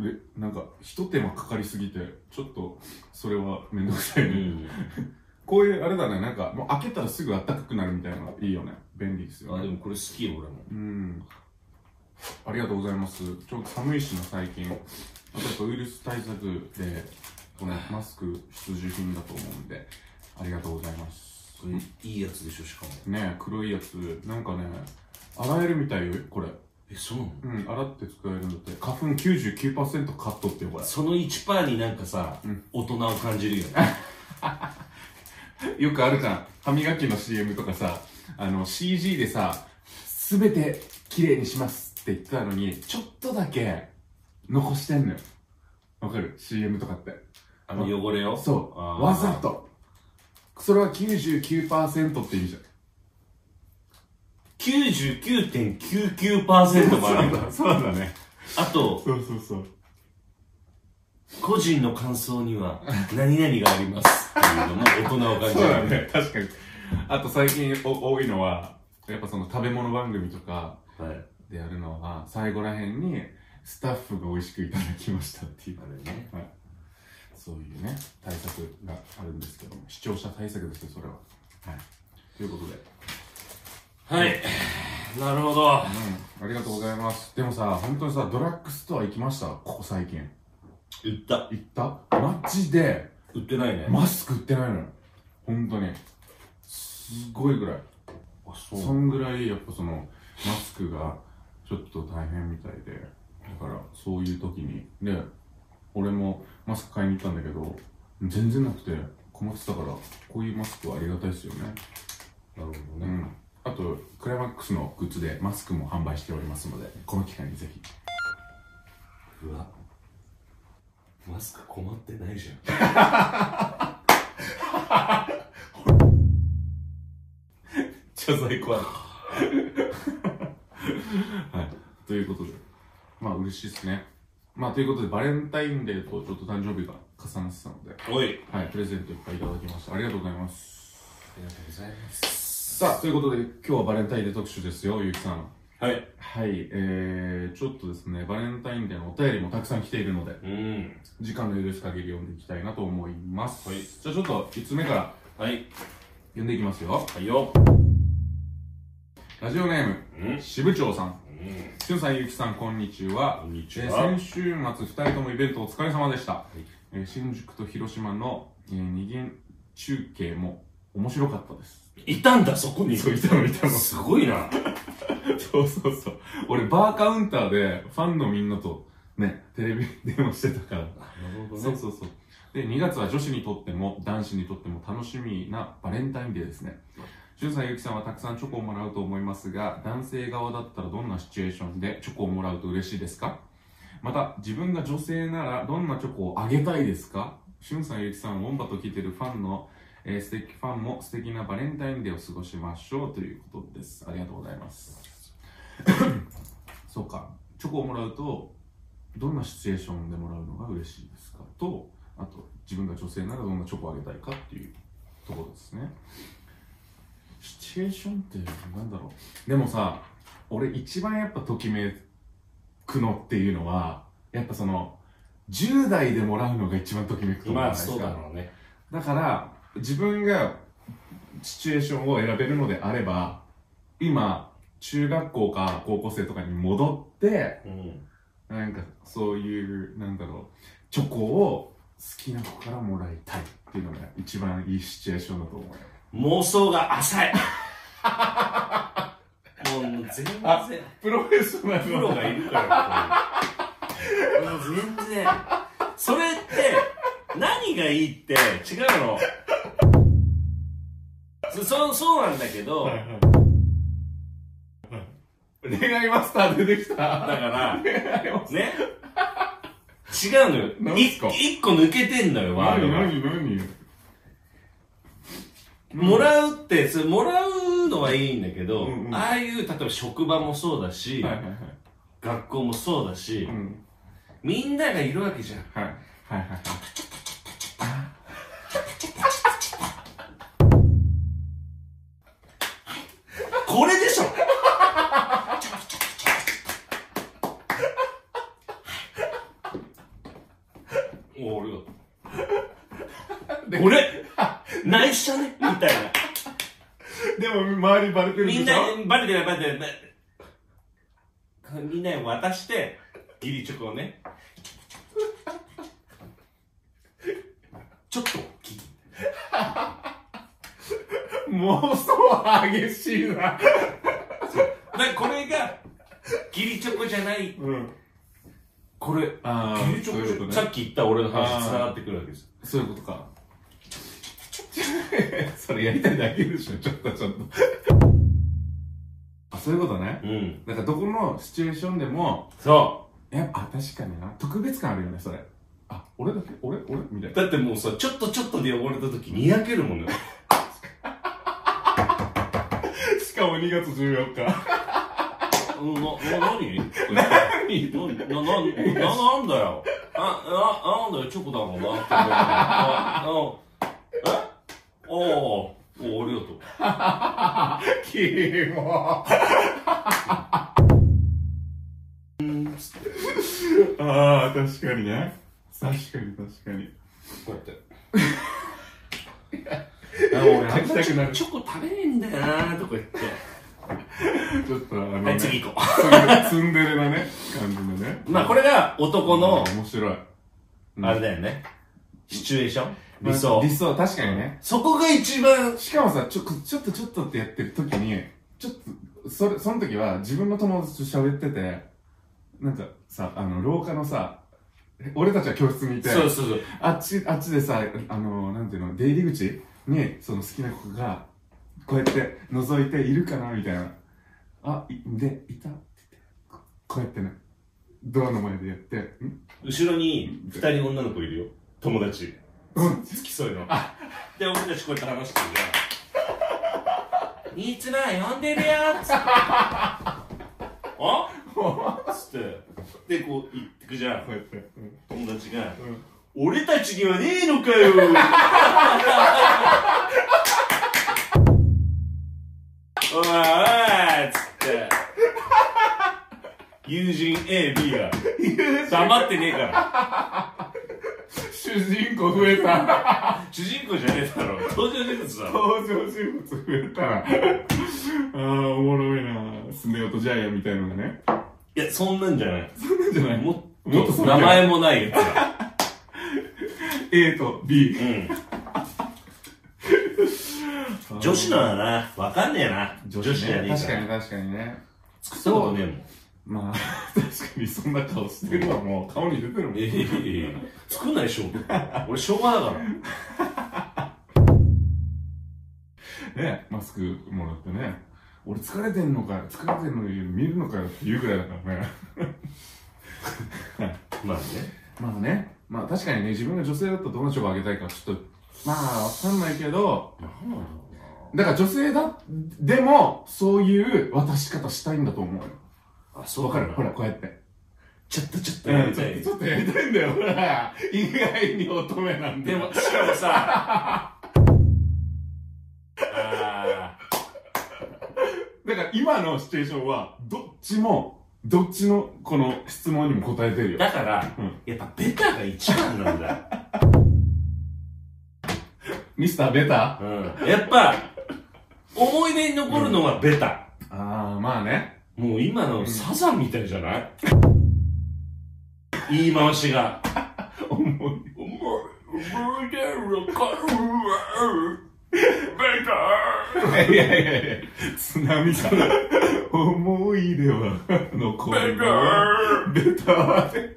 Speaker 4: えなんかひと手間かかりすぎてちょっとそれは面倒くさいうね
Speaker 6: ん。
Speaker 4: こういうあれだね、なんかもう開けたらすぐ暖かくなるみたいなのいいよね。便利ですよ
Speaker 6: あ、で
Speaker 4: ね。
Speaker 6: もこれ好きよ、俺も。
Speaker 4: うん。ありがとうございます。ちょっと寒いしな、最近。あとやっぱウイルス対策で、このマスク必需品だと思うんで、ありがとうございます。
Speaker 6: これいいやつでしょ、しかも。
Speaker 4: ねえ黒いやつ、なんかね、洗えるみたいよ、これ。
Speaker 6: え、そうなの
Speaker 4: うん、洗って使えるんだって。花粉99%カットってよ、これ。
Speaker 6: その1%になんかさ、大人を感じるよね。
Speaker 4: よくあるじゃん。歯磨きの CM とかさ、あの、CG でさ、すべて綺麗にしますって言ってたのに、ちょっとだけ残してんのよ。わかる ?CM とかって。
Speaker 6: あの汚れを。
Speaker 4: そう。
Speaker 6: あー
Speaker 4: わざ。と。それは99%って意味じゃん。
Speaker 6: 99.99%もあるよ。
Speaker 4: そうだね。
Speaker 6: あと、
Speaker 4: そうそうそう。
Speaker 6: 個人の感想には、何々がありますっていうのも大人を感じ
Speaker 4: そうだ
Speaker 6: る。
Speaker 4: ね。 確かに。あと最近お多いのは、やっぱその食べ物番組とか
Speaker 6: はい。
Speaker 4: でやるのは、最後らへんに、スタッフが美味しくいただきましたっていう
Speaker 6: あ。れね。
Speaker 4: はい、そういうね、対策があるんですけども、視聴者対策ですよ、それは。はい、ということで、
Speaker 6: はい。なるほど。
Speaker 4: うん、ありがとうございます。でもさ、本当にさ、ドラッグストア行きましたここ最近。
Speaker 6: 売った。
Speaker 4: 行ったマジで、
Speaker 6: 売ってないね。
Speaker 4: マスク売ってないのよ。本当に。すごいぐらい。
Speaker 6: あ、そ
Speaker 4: そんぐらい、やっぱその、マスクが、ちょっと大変みたいで、だから、そういう時に、で、俺もマスク買いに行ったんだけど、全然なくて困ってたから、こういうマスクはありがたいですよね。
Speaker 6: なるほ
Speaker 4: う
Speaker 6: どね。
Speaker 4: ん。あと、クライマックスのグッズでマスクも販売しておりますので、この機会にぜひ。
Speaker 6: うわ。マスク困ってないじゃん。
Speaker 4: 謝罪コアはい。ということで、まあ嬉しいですね。まあということで、バレンタインデーとちょっと誕生日が重なってたので、
Speaker 6: おい。
Speaker 4: はい、プレゼントいっぱいいただきました。ありがとうございます。
Speaker 6: ありがとうございます。
Speaker 4: さあ、ということで、今日はバレンタインデー特集ですよ、ゆうきさん。
Speaker 6: はい。
Speaker 4: はい、えー、ちょっとですね、バレンタインデーのお便りもたくさん来ているので、
Speaker 6: うん。
Speaker 4: 時間の許す限り読んでいきたいなと思います。
Speaker 6: はい
Speaker 4: じゃあちょっと、5つ目から
Speaker 6: はい。
Speaker 4: 読んでいきますよ。
Speaker 6: はいよ。
Speaker 4: ラジオネーム、
Speaker 6: うん。
Speaker 4: 支部長さん。
Speaker 6: うん。
Speaker 4: しゅんさん、ゆうきさん、こんにちは。
Speaker 6: こんにち
Speaker 4: えー
Speaker 6: は。
Speaker 4: 先週末、2人ともイベントお疲れ様でした、
Speaker 6: い
Speaker 4: えー新宿と広島の、えー二元中継も面白かったです
Speaker 6: いたんだ、そこに。
Speaker 4: そういたのいたの
Speaker 6: すごいな。
Speaker 4: そうそうそう俺バーカウンターでファンのみんなとねテレビ電話してたからそうそうそうで2月は女子にとっても男子にとっても楽しみなバレンタインデーですねしゅんさんゆきさんはたくさんチョコをもらうと思いますが男性側だったらどんなシチュエーションでチョコをもらうと嬉しいですかまた自分が女性ならどんなチョコをあげたいですかしゅんさんゆきさんウォンバと来てるファンの、えー素敵ファンも素敵なバレンタインデーを過ごしましょうということですありがとうございますそうかチョコをもらうとどんなシチュエーションでもらうのが嬉しいですかとあと自分が女性ならどんなチョコをあげたいかっていうところですねシチュエーションってなんだろうでもさ俺一番やっぱときめくのっていうのはやっぱその10代でもらうのが一番ときめくと思うじゃ
Speaker 6: ま
Speaker 4: ない
Speaker 6: あ、
Speaker 4: です
Speaker 6: そう
Speaker 4: か
Speaker 6: だろうね。
Speaker 4: だから自分がシチュエーションを選べるのであれば今中学校か高校生とかに戻って
Speaker 6: うん。
Speaker 4: なんかそういうなんだろうチョコを好きな子からもらいたいっていうのが一 番いいシチュエーションだと思うよ
Speaker 6: 妄想が浅い。全然
Speaker 4: あプロフェッショナル
Speaker 6: プロがいるからもう全然それって何がいいって違うのそそうそうなんだけど、
Speaker 4: 恋愛マスター出てきた。
Speaker 6: だから
Speaker 4: 恋愛マス
Speaker 6: ね違うのよ
Speaker 4: 何すか
Speaker 6: 一一個抜けてんのよ
Speaker 4: ター。
Speaker 6: ワード
Speaker 4: 何
Speaker 6: が
Speaker 4: 何何
Speaker 6: もらうってそれもらうのはいいんだけど、
Speaker 4: うんうん
Speaker 6: ああいう例えば職場もそうだし、
Speaker 4: はいはいはい。
Speaker 6: 学校もそうだし、
Speaker 4: うん。
Speaker 6: みんながいるわけじゃん
Speaker 4: はい。はいはいはい。
Speaker 6: これでしょお俺が俺内緒ねみたいな
Speaker 4: でも周りバレてるでしょ
Speaker 6: みんなにバレてないバレてないバレみんなに渡して義理チョコをねちょっと大きい
Speaker 4: 妄想激しいな。
Speaker 6: だからこれが義理チョコじゃない
Speaker 4: うん。
Speaker 6: これ
Speaker 4: あ
Speaker 6: 義理チ
Speaker 4: そうい
Speaker 6: ョ
Speaker 4: う
Speaker 6: コ
Speaker 4: こと
Speaker 6: じゃ
Speaker 4: ね
Speaker 6: さ。っき言った俺の話につながってくるわけですよ
Speaker 4: そういうことか。 それやりたいだけでしょ、ちょっとちょっと。あ、そういうことね。
Speaker 6: うん
Speaker 4: なんかどこのシチュエーションでも、
Speaker 6: そ
Speaker 4: やっぱ、あ、確かにな。特別感あるよね、それ。あ、俺だけ俺俺みたいうな。
Speaker 6: だってもうさちょっとちょっとで汚れた時にやけるもんね
Speaker 4: しかも2月14日。
Speaker 6: うんな、な、なに何な、な、な、なんだよ。あ、な、なんだよ、チョコだもんなって思う。あ、あ、えおおおありがとう。
Speaker 4: キ モああ、確かにね。確かに確かに。
Speaker 6: こうやって。俺、あ
Speaker 4: 書きたくなる
Speaker 6: チョコ食べねえんだよなとか言って。
Speaker 4: ちょっとあの、
Speaker 6: は
Speaker 4: ね、
Speaker 6: い、次行こ
Speaker 4: ツンデレなね、感じのね。
Speaker 6: う。まあ、これが男の、
Speaker 4: 面白い。うん
Speaker 6: あれだよね。シチュエーション理
Speaker 4: まあ
Speaker 6: 想
Speaker 4: 理。想、確かにね。
Speaker 6: そこが一番、
Speaker 4: しかもさ、ちょ、ちょっとちょっとってやってる時に、ちょっと、それ、その時は自分の友達と喋ってて、なんかさ、あの、廊下のさ、俺たちは教室にいて、
Speaker 6: そうそうそう。
Speaker 4: あっち、あっちでさ、あの、なんていうの、出入り口に、その好きな子が、こうやって覗いているかなみたいな。あ、いで、いたって言って、ここうやってね、ドアの前でやって、ん
Speaker 6: 後ろに二人女の子いるよ友達
Speaker 4: うん
Speaker 6: 付き添いので俺たちこうやって話してるじゃん「いつら呼んでるよ」っつ って「あっ?」つってでこう行ってくじゃ
Speaker 4: こうんやって。うん
Speaker 6: 友達が
Speaker 4: うん
Speaker 6: 「俺たちにはねえのかよ」 おいおいっつって友人 AB が黙ってねえから
Speaker 4: 主人公増えた
Speaker 6: 主人公じゃねえだろ登場人物だろ
Speaker 4: 登場人物増えた らああおもろいなスネ夫とジャイアンみたいのがね
Speaker 6: いやそんなんじゃない
Speaker 4: そんなんじゃない
Speaker 6: もっと
Speaker 4: もっとそんな
Speaker 6: 名前もないや
Speaker 4: A と B
Speaker 6: つうん女子のはなわかんねえな女子じゃねえ
Speaker 4: 確かに
Speaker 6: か
Speaker 4: 確かにね
Speaker 6: 作ったことねえもん
Speaker 4: まあ 確かにそんな顔してるわもう顔に出てるもん
Speaker 6: ええ作んないでしょ 俺昭和だから
Speaker 4: ねマスクもらってね俺疲れてんのかよ疲れてんのに見るのかよって言うぐらいだからね
Speaker 6: まあね
Speaker 4: まあねまあ確かにね自分が女性だったらどのチョコあげたいかちょっとまあわかんないけど
Speaker 6: なんだろ
Speaker 4: だから女性だ、でも、そういう渡し方したいんだと思うよ。
Speaker 6: うなあそ
Speaker 4: わ
Speaker 6: う
Speaker 4: か
Speaker 6: だな
Speaker 4: るほら、こうやって。
Speaker 6: ちょっとちょっとや
Speaker 4: うん
Speaker 6: り
Speaker 4: ち
Speaker 6: た
Speaker 4: ょっ
Speaker 6: い
Speaker 4: とちょっとやりたいんだよ、ほら。意外に乙女なんだ
Speaker 6: で
Speaker 4: よ。
Speaker 6: もしかもさあ
Speaker 4: だから今のシチュエーションは、どっちも、どっちのこの質問にも答えてる
Speaker 6: ー
Speaker 4: よ。
Speaker 6: だから、
Speaker 4: うん
Speaker 6: やっぱベタが一番なんだ
Speaker 4: ミスターベタ
Speaker 6: うんやっぱ、思い出に残るのはベタ。
Speaker 4: あー、まあね。
Speaker 6: もう今のサザンみたいじゃない言い回しが。
Speaker 4: 思い。
Speaker 6: 思い、思い出の残るわ。
Speaker 4: いやいやいや、津波だ。思い出はの声がベター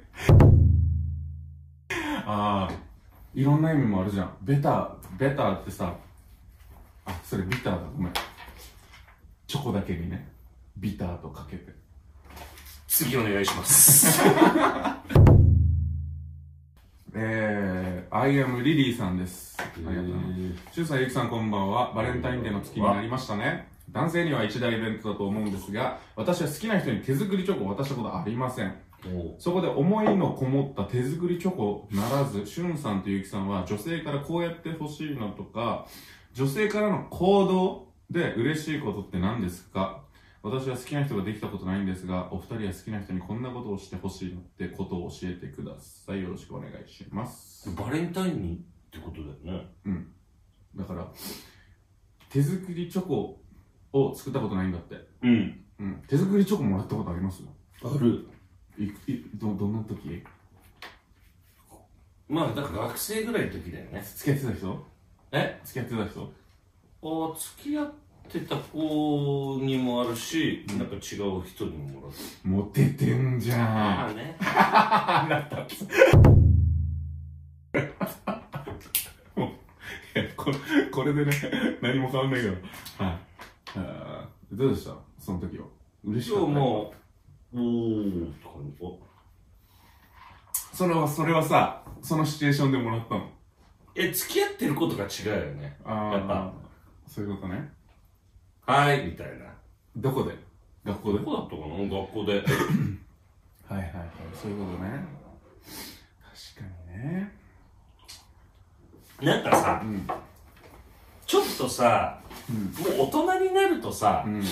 Speaker 4: ああいろんな意味もあるじゃんベタベタってさあそれビターだごめんチョコだけにねビターとかけて
Speaker 6: 次お願いします。
Speaker 4: えー、アイアムリリーさんです。ありがとうございます。シュウさん、ゆきさん、こんばんは。バレンタインデーの月になりましたね。男性には一大イベントだと思うんですが、私は好きな人に手作りチョコを渡したことはありません。そこで思いのこもった手作りチョコならず、シュンさんとゆきさんは女性からこうやってほしいのとか、女性からの行動で嬉しいことって何ですか私は好きな人ができたことないんですが、お二人は好きな人にこんなことをしてほしいのってことを教えてください。よろしくお願いします。
Speaker 7: バレンタインにってことだよね。
Speaker 4: だから、手作りチョコを作ったことないんだって。
Speaker 7: うん。
Speaker 4: うん。手作りチョコもらったことあります
Speaker 7: ある。
Speaker 4: いいど、どんな時
Speaker 6: まあ、だから学生ぐらいの時だよね。
Speaker 4: 付き合ってた人
Speaker 6: え
Speaker 4: 付き合ってた人
Speaker 6: あ付き合ってた子にもあるし、なんか違う人にももらった。
Speaker 4: モテてんじゃん。
Speaker 6: あね。
Speaker 4: ここれでね、何も変わんないけど。はいあー。どうでしたその時は。嬉しか
Speaker 6: 今
Speaker 4: っ
Speaker 6: 日
Speaker 4: た。
Speaker 6: もう、おーって感じ。お
Speaker 4: それは、それはさ、そのシチュエーションでもらったの。
Speaker 6: え、付き合ってることが違うよね。
Speaker 4: あ
Speaker 6: やっぱ
Speaker 4: そういうことね。
Speaker 6: はい、みたいな。
Speaker 4: どこで学校で
Speaker 6: どこだったかな学校で。
Speaker 4: はいはいはい。そういうことね。確かにね。
Speaker 6: なんかさ、
Speaker 4: ん
Speaker 6: ちょっとさ、もう大人になるとさ、
Speaker 4: ん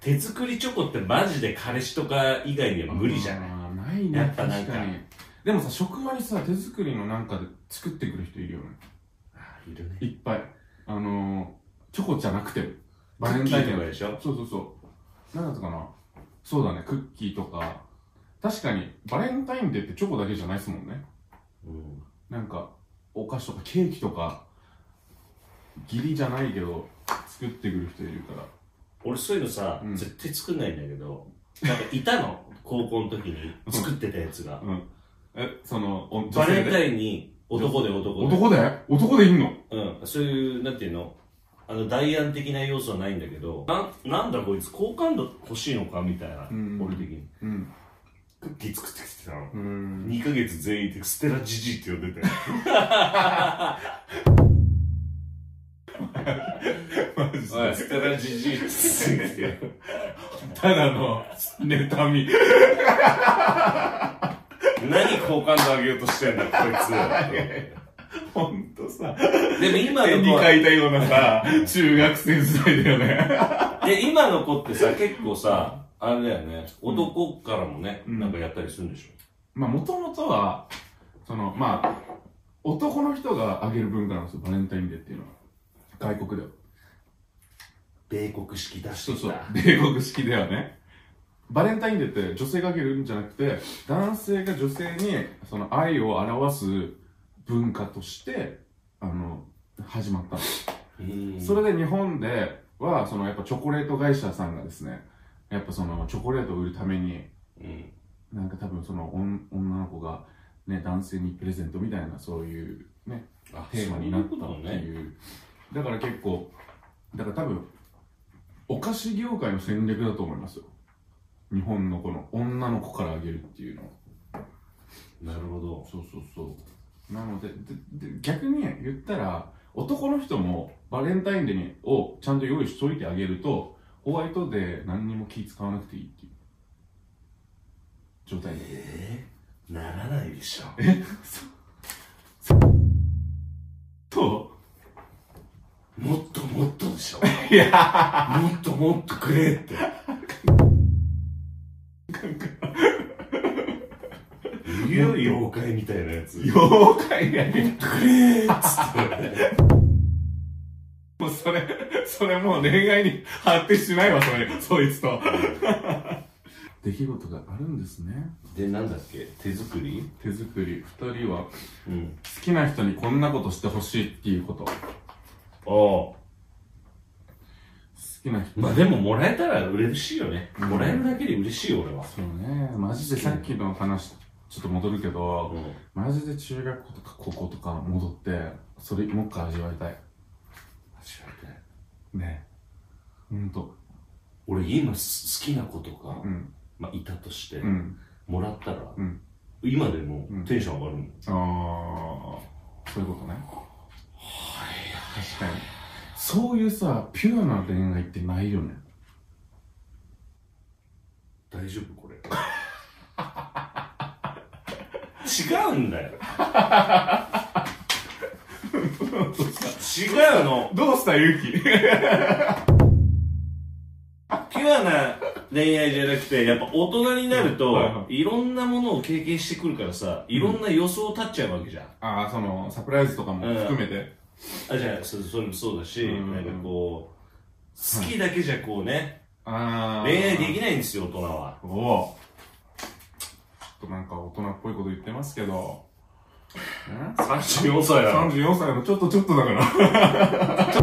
Speaker 6: 手作りチョコってマジで彼氏とか以外には無理じゃない、
Speaker 4: あーないね。
Speaker 6: やっぱなんか
Speaker 4: 確かに。でもさ、職場にさ、手作りのなんかで作ってくる人いるよね。
Speaker 6: いるね
Speaker 4: いっぱい。あのー、チョコじゃなくても。
Speaker 6: バ
Speaker 4: バ
Speaker 6: レ
Speaker 4: レ
Speaker 6: ン
Speaker 4: ン
Speaker 6: タ
Speaker 4: タ
Speaker 6: イ
Speaker 4: イ
Speaker 6: ン
Speaker 4: ンデ
Speaker 6: とか
Speaker 4: ー
Speaker 6: でしょ
Speaker 4: そうそうそう。なんだったかなそうだね、クッキーとか。確かに、バレンタインデーってチョコだけじゃないですもんね。
Speaker 6: うん
Speaker 4: なんか、お菓子とかケーキとか、義理じゃないけど、作ってくる人いるから。
Speaker 6: 俺そういうのさ、
Speaker 4: ん
Speaker 6: 絶対作んないんだけどなんかいたの高校の時に作ってたやつが、
Speaker 4: うん。え、その、お
Speaker 6: バレン
Speaker 4: で
Speaker 6: タインに男で男で
Speaker 4: 男で男でいんの
Speaker 6: うん、そういうなんていうのあの代案的な要素はないんだけどななんだこいつ好感度欲しいのかみたいな、
Speaker 4: ん
Speaker 6: 俺的に
Speaker 4: うん。
Speaker 6: クッキー作ってきてたの、
Speaker 4: うん。
Speaker 6: 2ヶ月全員でステラジジイって呼ん でたよ。おい、ステラジジイって言ってよ。
Speaker 4: ただの、妬み。
Speaker 6: 何好感度上げようとしてんだ、こい
Speaker 4: ほんとさ、
Speaker 6: つ。でも今
Speaker 4: 絵
Speaker 6: の
Speaker 4: に
Speaker 6: 子は
Speaker 4: 描いたようなさ、中学生時代だよね。
Speaker 6: で、今の子ってさ、結構さ、あれだよね、男からもね、
Speaker 4: うん
Speaker 6: なんかやったりするんでし
Speaker 4: まあ、もともとは、その、まあ、男の人があげる文化なんですよ、バレンタインデーっていうのは。外国では。
Speaker 6: ょ。米国式出
Speaker 4: そ
Speaker 6: して
Speaker 4: う
Speaker 6: き
Speaker 4: そう
Speaker 6: た。。
Speaker 4: 米国式ではね。バレンタインデーって女性があげるんじゃなくて、男性が女性にその愛を表す文化として、あの、始まったんです
Speaker 6: うん
Speaker 4: それで日本では、そのやっぱチョコレート会社さんがですね、やっぱそのチョコレートを売るために、
Speaker 6: うん
Speaker 4: なんか多分その女女の子が、ね、男性にプレゼントみたいなそういうね、
Speaker 6: あ
Speaker 4: テーマになった
Speaker 6: そういうこと
Speaker 4: って
Speaker 6: ね
Speaker 4: いうだから結構、だから多分、お菓子業界の戦略だと思いますよ。日本のこの女の子からあげるっていうのは。
Speaker 6: なるほど。
Speaker 4: そうそうそうなのででで逆に言ったら男の人もバレンタインデーにをちゃんと用意しといてあげるとホワイトデー何にも気使わなくていいっていう状態で
Speaker 6: えーならないでしょ。
Speaker 4: と
Speaker 6: もっともっとでしょ。いやもっともっとくれって。いよいよ妖怪みたいなやつ。もっ
Speaker 4: 妖怪やね
Speaker 6: とくれーっつって。
Speaker 4: もうそれそれもう恋愛に発展しないわそれそいつと出来事があるんですね
Speaker 6: で、なんだっけ手作り
Speaker 4: 手作り2人は好
Speaker 6: うん。
Speaker 4: きな人にこんなことしてほしいっていうこと好
Speaker 6: ああ。
Speaker 4: きな人
Speaker 6: まあでももらえたら嬉しいよね。もらえるだけで嬉しいよ、俺は。
Speaker 4: そうねマジでさっきの話ちょっと戻るけど、マジで中学校とか高校とか戻ってそれもっか味わいたい味わいたいねほんと
Speaker 6: 俺今す好きな子とか
Speaker 4: う、ん
Speaker 6: まあいたとして
Speaker 4: う、ん
Speaker 6: もらったら
Speaker 4: うん、
Speaker 6: 今でもテンション上がるもん。
Speaker 4: ああそういうことね確かにそういうさピュアな恋愛ってないよね
Speaker 6: 大丈夫これ。違うんだよ。違うの。
Speaker 4: どうしたゆうき
Speaker 6: ピュアな恋愛じゃなくて、やっぱ大人にな
Speaker 4: う
Speaker 6: る
Speaker 4: んはいは
Speaker 6: と、いろんなものを経験してくるからさ、いろんな予想立っちゃうわけじゃん。
Speaker 4: ああそのサプライズとかも含めて
Speaker 6: あ、じゃあ、そそれもそうだし、
Speaker 4: うん
Speaker 6: なんかこう、好きだけじゃこうね、
Speaker 4: ああ
Speaker 6: 恋愛できないんですよ、大人は。
Speaker 4: おおちょっとなんか大人っぽいこと言ってますけど
Speaker 6: 34歳だろ。
Speaker 4: 34歳のちょっとちょっとだから
Speaker 6: ちょ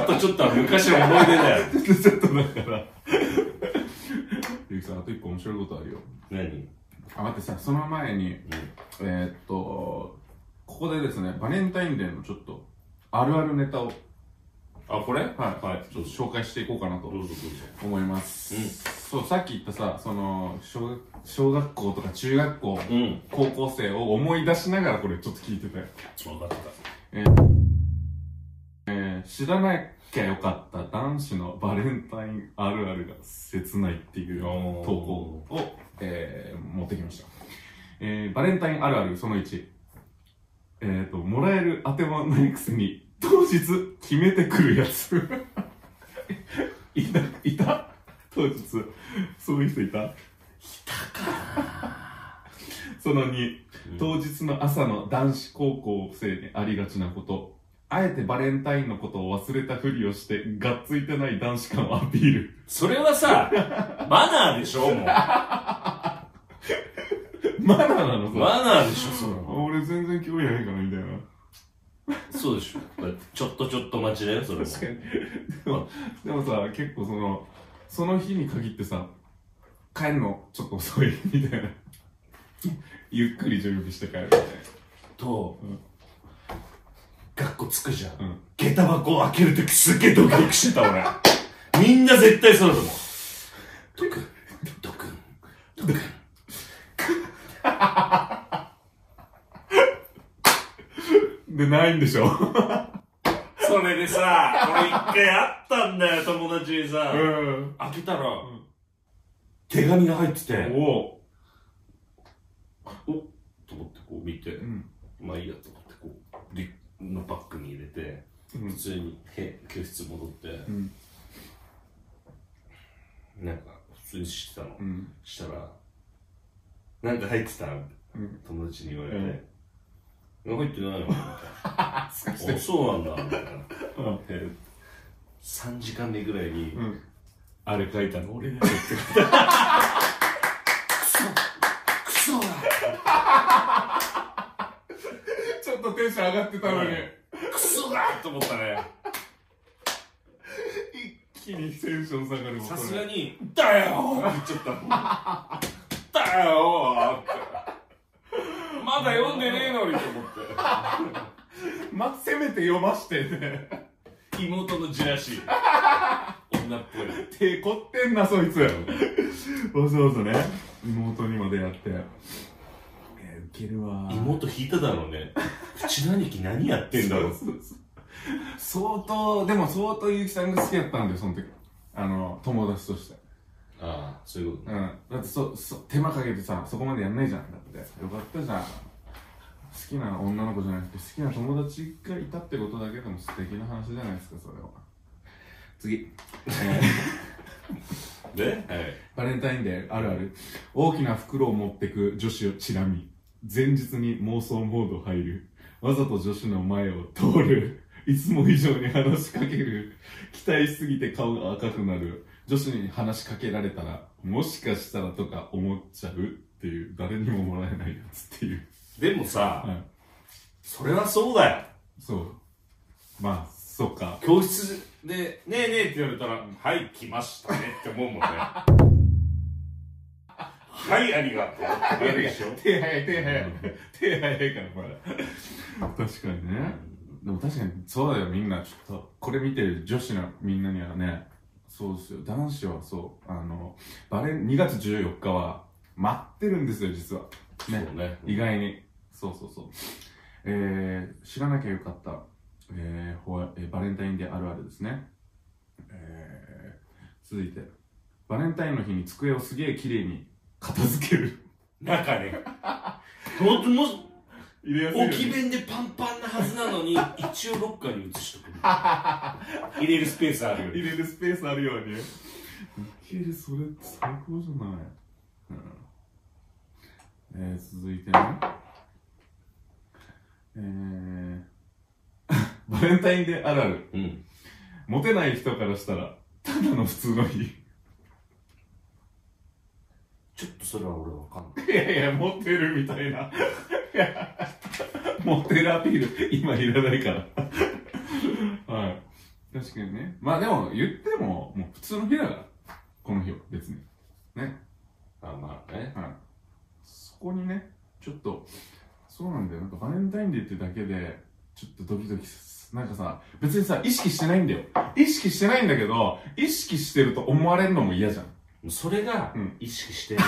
Speaker 6: っとちょっとは昔の思い出 だよ。
Speaker 4: ちょっとちょっとだからゆうきさんあと一個面白いことあるよ
Speaker 6: 何
Speaker 4: あ待ってさその前に、えー、っとここでですねバレンタインデーのちょっとあるあるネタをち
Speaker 6: あ、これはい。
Speaker 4: ょっと紹介していこうかなと
Speaker 6: どうぞどうぞ。
Speaker 4: 思います、そうさっき言ったさその小学小学校とか中学校、
Speaker 6: うん。
Speaker 4: 高校生を思い出しながらこれちょっと聞いてたよ
Speaker 6: わかっ
Speaker 4: 知らなきゃよかった男子のバレンタインあるあるが切ないっていう投稿を、えー持ってきました、えーバレンタインあるあるその1えっ、ともらえる当てはないくせに当日決めてくるやつ いたいた当日そういう人いたいたかその2当日の朝の男子高校生にありがちなことあえてバレンタインのことを忘れたふりをしてがっついてない男子感をアピール
Speaker 6: た。それはさ、マナーでし ょ、もう。
Speaker 4: マ
Speaker 6: マ
Speaker 4: ナーなのそれ
Speaker 6: ナーでしょ、それは。
Speaker 4: 俺全然興味ないからみたいな
Speaker 6: そうでしょ。ちょっとちょっと待ちだよ、それも。
Speaker 4: 確かにでもでもさ結構そのその日に限ってさ帰るのちょっと遅いみたいなゆっくり準備して帰るみたいな
Speaker 6: と、学校着くじゃん。
Speaker 4: ん
Speaker 6: 下駄箱を開けるときすっげえドキドキしてた、 俺。みんな絶対そうだと思う。ドクン、ドクン、ドクン。
Speaker 4: でないんでしょ
Speaker 6: それでさ、俺一回会ったんだよ、友達にさ。
Speaker 4: うん
Speaker 6: 開けたら、手紙が入ってて、
Speaker 4: おお
Speaker 6: おっと思ってこう見て、
Speaker 4: ん
Speaker 6: まあいいやと思ってこうリュのバッグに入れて、
Speaker 4: うん
Speaker 6: 普通にへ教室戻って、
Speaker 4: ん
Speaker 6: なんか普通にしてたの、
Speaker 4: うん
Speaker 6: したら「なんか入ってた?」
Speaker 4: ん
Speaker 6: 友達に言われて「なんか入ってないの?」みたいな
Speaker 4: すか
Speaker 6: 「
Speaker 4: してる
Speaker 6: あ そうなんだ」みたいな
Speaker 4: うん
Speaker 6: で3時間目ぐらいに、
Speaker 4: ん
Speaker 6: あれ書いたの俺がやってたクソクソだ
Speaker 4: ちょっとテンション上がってたのに
Speaker 6: クソだと思ったね
Speaker 4: 一気にテンション下がるもん
Speaker 6: さす
Speaker 4: それ
Speaker 6: がに「だよ!」って言っちゃったもん「だよ!」ってまだ読んでねえのにと思っ
Speaker 4: ま、せめて読ましてね。
Speaker 6: て妹のじらしい女っぽい
Speaker 4: 手凝ってんな、そいつ。わざわざね、妹にまでやって。いや、ウケるわ。
Speaker 6: 妹引いただろうねうちの兄貴何やってんだろう
Speaker 4: そうそうそう相当、でも相当ゆうきさんが好きやったんだよ、その時。あの、友達として。
Speaker 6: ああそういうこ
Speaker 4: うん。だってそ、そ、手間かけてさ、そこまでやんないじゃん。だって。よかったじゃん。好きな女の子じゃなくて、好きな友達がいたってことだけでも素敵な話じゃないですか、それは。次。
Speaker 6: とで、はい、
Speaker 4: バレンタインデーあるある大きな袋を持ってく女子をチラ見前日に妄想モード入るわざと女子の前を通るいつも以上に話しかける期待しすぎて顔が赤くなる女子に話しかけられたらもしかしたらとか思っちゃうっていう誰にももらえないやつっていう
Speaker 6: でもさ、
Speaker 4: はい
Speaker 6: それはそうだよ
Speaker 4: そうまあそそっか。
Speaker 6: 教室で、ねえねえって言われたら、はい、来ましたねって思うもんね。はい、ありがとうってなるでしょ。
Speaker 4: 手早い、手早い。手早いから、まだ。確かにね。でも確かに、そうだよ、みんな。ちょっと、これ見てる女子のみんなにはね、そうですよ。男子はそう。あの、バレン、2月14日は、待ってるんですよ、実は。ね。
Speaker 6: そうね
Speaker 4: 意外に。そうそうそう。えー、知らなきゃよかった。えー、ほわえーバレンタインデーあるあるですね。えー、続いて。バレンタインの日に机をすげえ綺麗に片付ける。
Speaker 6: なんかね、ほんともし、
Speaker 4: 入れ
Speaker 6: 置き
Speaker 4: ように
Speaker 6: 弁でパンパンなはずなのに、一応ロッカーに移しとく。入れるスペースあるよね。
Speaker 4: 入れるスペースあるように。受ける、それ最高じゃない。うん、えー、続いてね。えー、 バレンタインデーあるある。
Speaker 6: うん。
Speaker 4: モテない人からしたら、ただの普通の日。
Speaker 6: ちょっとそれは俺わかんない。
Speaker 4: いやいや、モテるみたいな。いやモテるアピール、今いらないから。はい。確かにね。まあでも、言っても、もう普通の日だから。この日は、別に。ね。
Speaker 6: あ、まあね。
Speaker 4: はい。そこにね、ちょっと、そうなんだよ。なんかバレンタインデーってだけで、ちょっとドキドキすなんかさ、別にさ、意識してないんだよ。意識してないんだけど、意識してると思われるのも嫌じゃん。
Speaker 6: それが
Speaker 4: うん、
Speaker 6: 意識してない。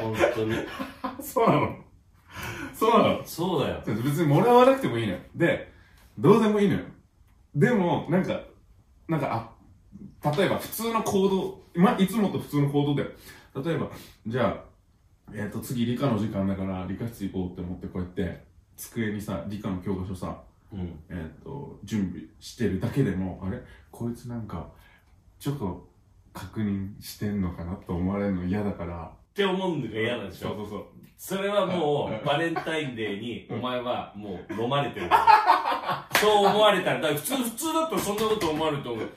Speaker 6: 本当に。
Speaker 4: そうなの。そうなの。
Speaker 6: そうだよ。
Speaker 4: 別にもらわなくてもいいのよ。で、どうでもいいのよ。でも、なんか、なんか、あ、例えば普通の行動、まあ、いつもと普通の行動だよ。例えば、じゃあ、えっ、と、次理科の時間だから、理科室行こうって思って、こうやって、机にさ、理科の教科書さ、
Speaker 6: うん。
Speaker 4: えっ、と、準備してるだけでも、あれこいつなんか、ちょっと、確認してんのかなと思われるの嫌だから。
Speaker 6: って思うのが嫌なんでし
Speaker 4: そう
Speaker 6: ょ。
Speaker 4: そうそう。
Speaker 6: それはもう、バレンタインデーに、お前はもう飲まれてる。そう思われたら、だから普通、普通だとそんなこと思われると思う。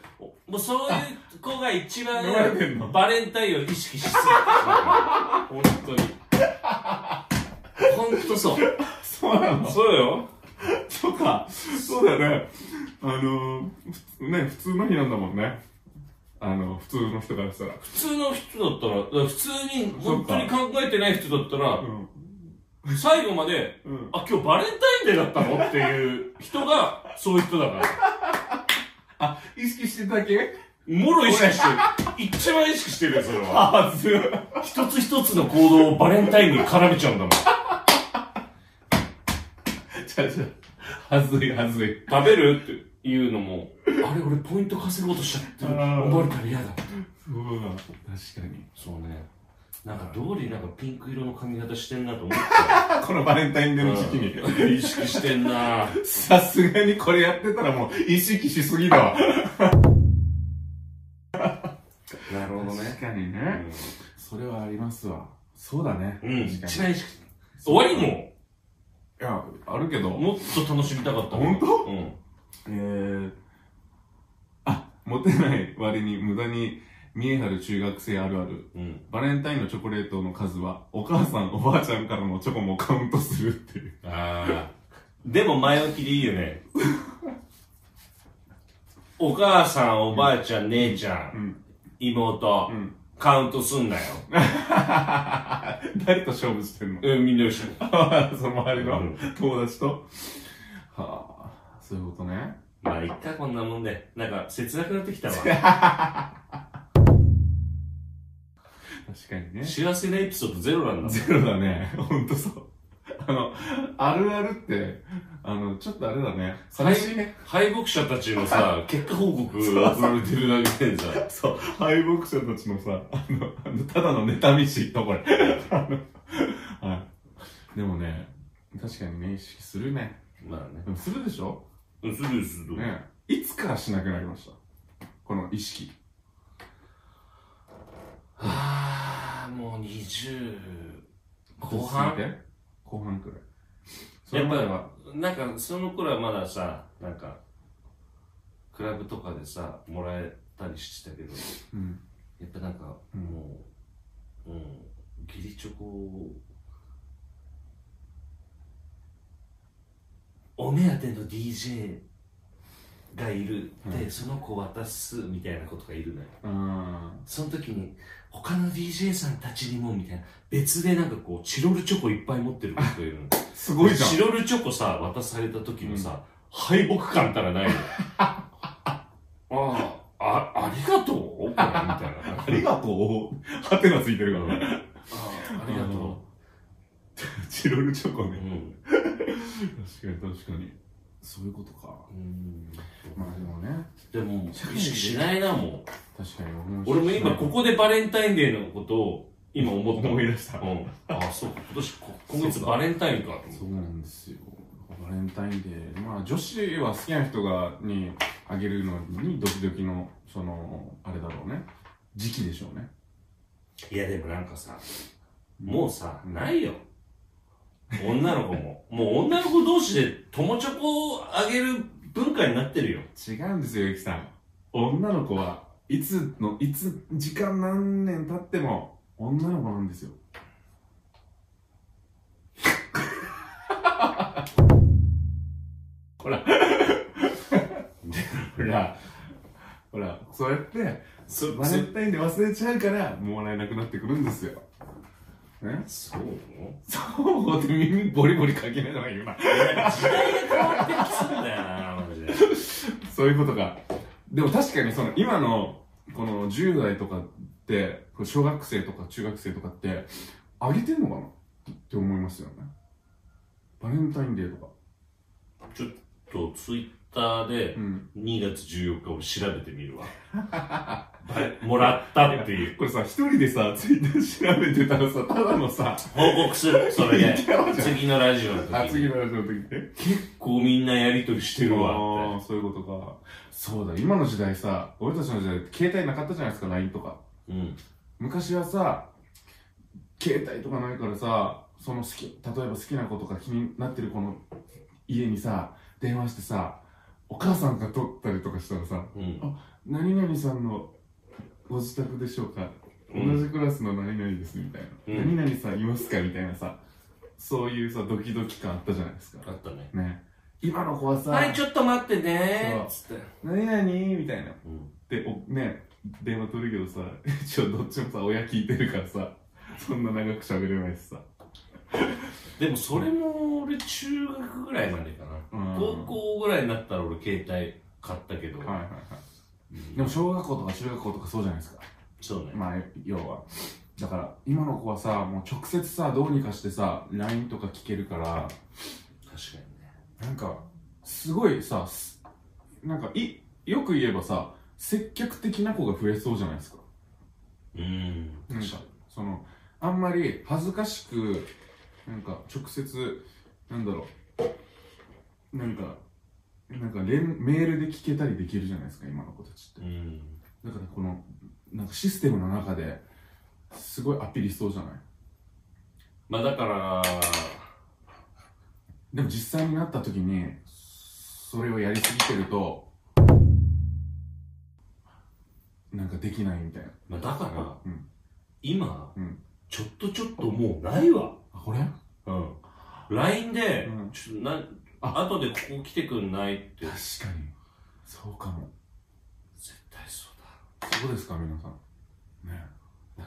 Speaker 6: もうそういう子が一番
Speaker 4: 飲まれてんの
Speaker 6: バレンタインを意識しすぎてる。本当に。本当そう。
Speaker 4: そうなの
Speaker 6: そうよ。
Speaker 4: そうか、そうだよね。あのー、ふね、普通の日なんだもんね。あの、普通の人からしたら。
Speaker 6: 普通の人だったら、だから普通に本当に考えてない人だったら
Speaker 4: う、ん。
Speaker 6: 最後まで、
Speaker 4: うん。
Speaker 6: あ、今日バレンタインデーだったのっていう人が、そういう人だから。
Speaker 4: 意識してただけ
Speaker 6: もろ意識してる。一番意識してるよ、それは。
Speaker 4: あ、ずる。
Speaker 6: 一つ一つの行動をバレンタインに絡めちゃうんだもん。
Speaker 4: ちゃちゃ。はずい、はずい。
Speaker 6: 食べるっていうのも、あれ、俺ポイント稼ごうとしちゃってる。
Speaker 4: あー
Speaker 6: 思われたら嫌だ。
Speaker 4: そうだ。確かに。
Speaker 6: そうね。なんか、道理なんかピンク色の髪型してんなと思った。
Speaker 4: このバレンタインデーの時期に。
Speaker 6: うん意識してんな
Speaker 4: さすがにこれやってたらもう意識しすぎだわ。
Speaker 6: なるほどね。
Speaker 4: 確かにね。それはありますわ。そうだね。
Speaker 6: うん、
Speaker 4: 確かに。
Speaker 6: 一
Speaker 4: い
Speaker 6: 番意識してる。終わりも
Speaker 4: や、あるけど。
Speaker 6: もっと楽しみたかった
Speaker 4: 本当
Speaker 6: うん。
Speaker 4: えー、あ、モテない割に無駄に見え張る中学生あるある。
Speaker 6: うん。
Speaker 4: バレンタインのチョコレートの数は、お母さん、おばあちゃんからのチョコもカウントするっていう。
Speaker 6: ああ。でも前置きでいいよね。 お母さん、おばあちゃん、姉ちゃん、
Speaker 4: ん
Speaker 6: 妹、
Speaker 4: ん
Speaker 6: カウントすんな よ。
Speaker 4: 誰と勝負してんの
Speaker 6: え、みんなよし。
Speaker 4: その周りの
Speaker 6: うん
Speaker 4: 友達と。はあ、そういうことね。
Speaker 6: まあ、いっか、こんなもんで。なんか、切なくなって きたわ。
Speaker 4: 確かにね。
Speaker 6: 幸せなエピソードゼロなんだ。
Speaker 4: ゼロだね。ほんとそう。あの、あるあるって、あの、ちょっとあれだね。
Speaker 6: はい
Speaker 4: 寂しいね。
Speaker 6: 敗北者たちのさ、結果報告送られてるだけでさ、
Speaker 4: そう、敗北者たちのさ、あの、あのただの妬み知った、これ。 あのはい。でもね、確かにね、意識するね。
Speaker 6: まあね。
Speaker 4: でもするでしょ
Speaker 6: うんすぐすぐ。
Speaker 4: ね、いつからしなくなりましたこの意識。
Speaker 6: はあ、もう20後半
Speaker 4: 続いて後半くらい。そ
Speaker 6: や
Speaker 4: れ
Speaker 6: っ
Speaker 4: までは
Speaker 6: ぱ、なんかその頃はまださ、なんか、クラブとかでさ、もらえたりしてたけど、
Speaker 4: うん。
Speaker 6: やっぱなんか、
Speaker 4: うん
Speaker 6: もう、うん、ギリチョコを、お目当ての DJ がいる、でその子渡すみたいな子とかいるのよ
Speaker 4: あ
Speaker 6: その時に他の DJ さんたちにもみたいな別でなんかこうチロルチョコいっぱい持ってる子とかい るの
Speaker 4: ーすごいじゃん
Speaker 6: チロルチョコさ渡された時のさ、敗北感たら ないのあああありがとうこれみたいな あ
Speaker 4: ありがとうハテナついてるからね
Speaker 6: ありがと
Speaker 4: チロルチョコ
Speaker 6: うう
Speaker 4: ね
Speaker 6: ん、
Speaker 4: 確かに確かにそういうことか
Speaker 6: うん、
Speaker 4: まあでもね
Speaker 6: でも意識しないなもう
Speaker 4: 確かに俺も
Speaker 6: 俺も今ここでバレンタインデーのことを今思った
Speaker 4: 思い出した
Speaker 6: うん、ああそうか今年こ今月バレンタインかと思って
Speaker 4: そうなんですよバレンタインデーまあ女子は好きな人がにあげるのにドキドキのそのあれだろうね時期でしょうね
Speaker 6: いやでもなんかさもうさないよ女の子ももう女の子同士で友チョコをあげる文化になってるよ
Speaker 4: 違うんですよゆきさん女の子はいつのいつ時間何年経っても女の子なんですよ ほら ほらほらそうやって
Speaker 6: そ
Speaker 4: バレンタインで忘れちゃうからもらえなくなってくるんですよね
Speaker 6: そう
Speaker 4: そうで耳ボリボリかきながら言うな
Speaker 6: 変わってきそうだよなマジで
Speaker 4: そういうことか。でも確かにその今のこの10代とかって、これ小学生とか中学生とかって、あげてんのかなって思いますよね。バレンタインデーとか。
Speaker 6: ちょっとツイッターで
Speaker 4: うん。
Speaker 6: 2月14日を調べてみるわバレもらったっていう
Speaker 4: これさ、一人でさ、ツイッター調べてたらさ、ただのさ、
Speaker 6: 報告するそれで次のラジオの時
Speaker 4: あ、
Speaker 6: に
Speaker 4: 次のラジオの時ね。
Speaker 6: 結構みんなやりとりしてるわ
Speaker 4: あ
Speaker 6: っ
Speaker 4: あ、そういうことか。そうだ、今の時代さ、俺たちの時代って携帯なかったじゃないですか、LINE とか。
Speaker 6: てうん
Speaker 4: 昔はさ携帯とかないからさその好き例えば好きな子とか気になってる子の家にさ電話してさお母さんが撮ったりとかしたらさ
Speaker 6: うん
Speaker 4: 「何々さんのご自宅でしょうか
Speaker 6: うん
Speaker 4: 同じクラスの何々です」みたいな「
Speaker 6: うん
Speaker 4: 何々さんいますか?」みたいなさそういうさドキドキ感あったじゃないです
Speaker 6: あ
Speaker 4: か
Speaker 6: ったね
Speaker 4: ね今の子はさ
Speaker 6: はいちょっと待ってねーつって
Speaker 4: 「何々?」みたいな
Speaker 6: うん
Speaker 4: でおね電話取るけどさ 一応どっちもさ親聞いてるからさそんな長く喋れないしさ
Speaker 6: でもそれも俺中学ぐらいまでかな
Speaker 4: うん
Speaker 6: 高校ぐらいになったら俺携帯買ったけど
Speaker 4: はいはいはいでも小学校とか中学校とかそうじゃないですか
Speaker 6: そうね
Speaker 4: まあ要はだから今の子はさもう直接さどうにかしてさ LINE とか聞けるから
Speaker 6: 確かにね
Speaker 4: なんかすごいさすなんかいよく言えばさ積極的な子が増えそうじゃないですか
Speaker 6: うん
Speaker 4: なんかそのあんまり恥ずかしくなんか直接なんだろうなんかなんか連メールで聞けたりできるじゃないですか今の子たちって
Speaker 6: うん
Speaker 4: だからこのなんかシステムの中ですごいアピールしそうじゃない
Speaker 6: まあだから
Speaker 4: でも実際になった時にそれをやりすぎてるとなんかできないみたいな
Speaker 6: まあだから
Speaker 4: うん
Speaker 6: 今
Speaker 4: うん
Speaker 6: ちょっとちょっともうないわ
Speaker 4: あこれ
Speaker 6: うん LINE で
Speaker 4: うん
Speaker 6: ちょっとな
Speaker 4: あ
Speaker 6: 後でここ来てくんないって
Speaker 4: 確かにそうかも
Speaker 6: 絶対そうだ
Speaker 4: そうですか皆さんね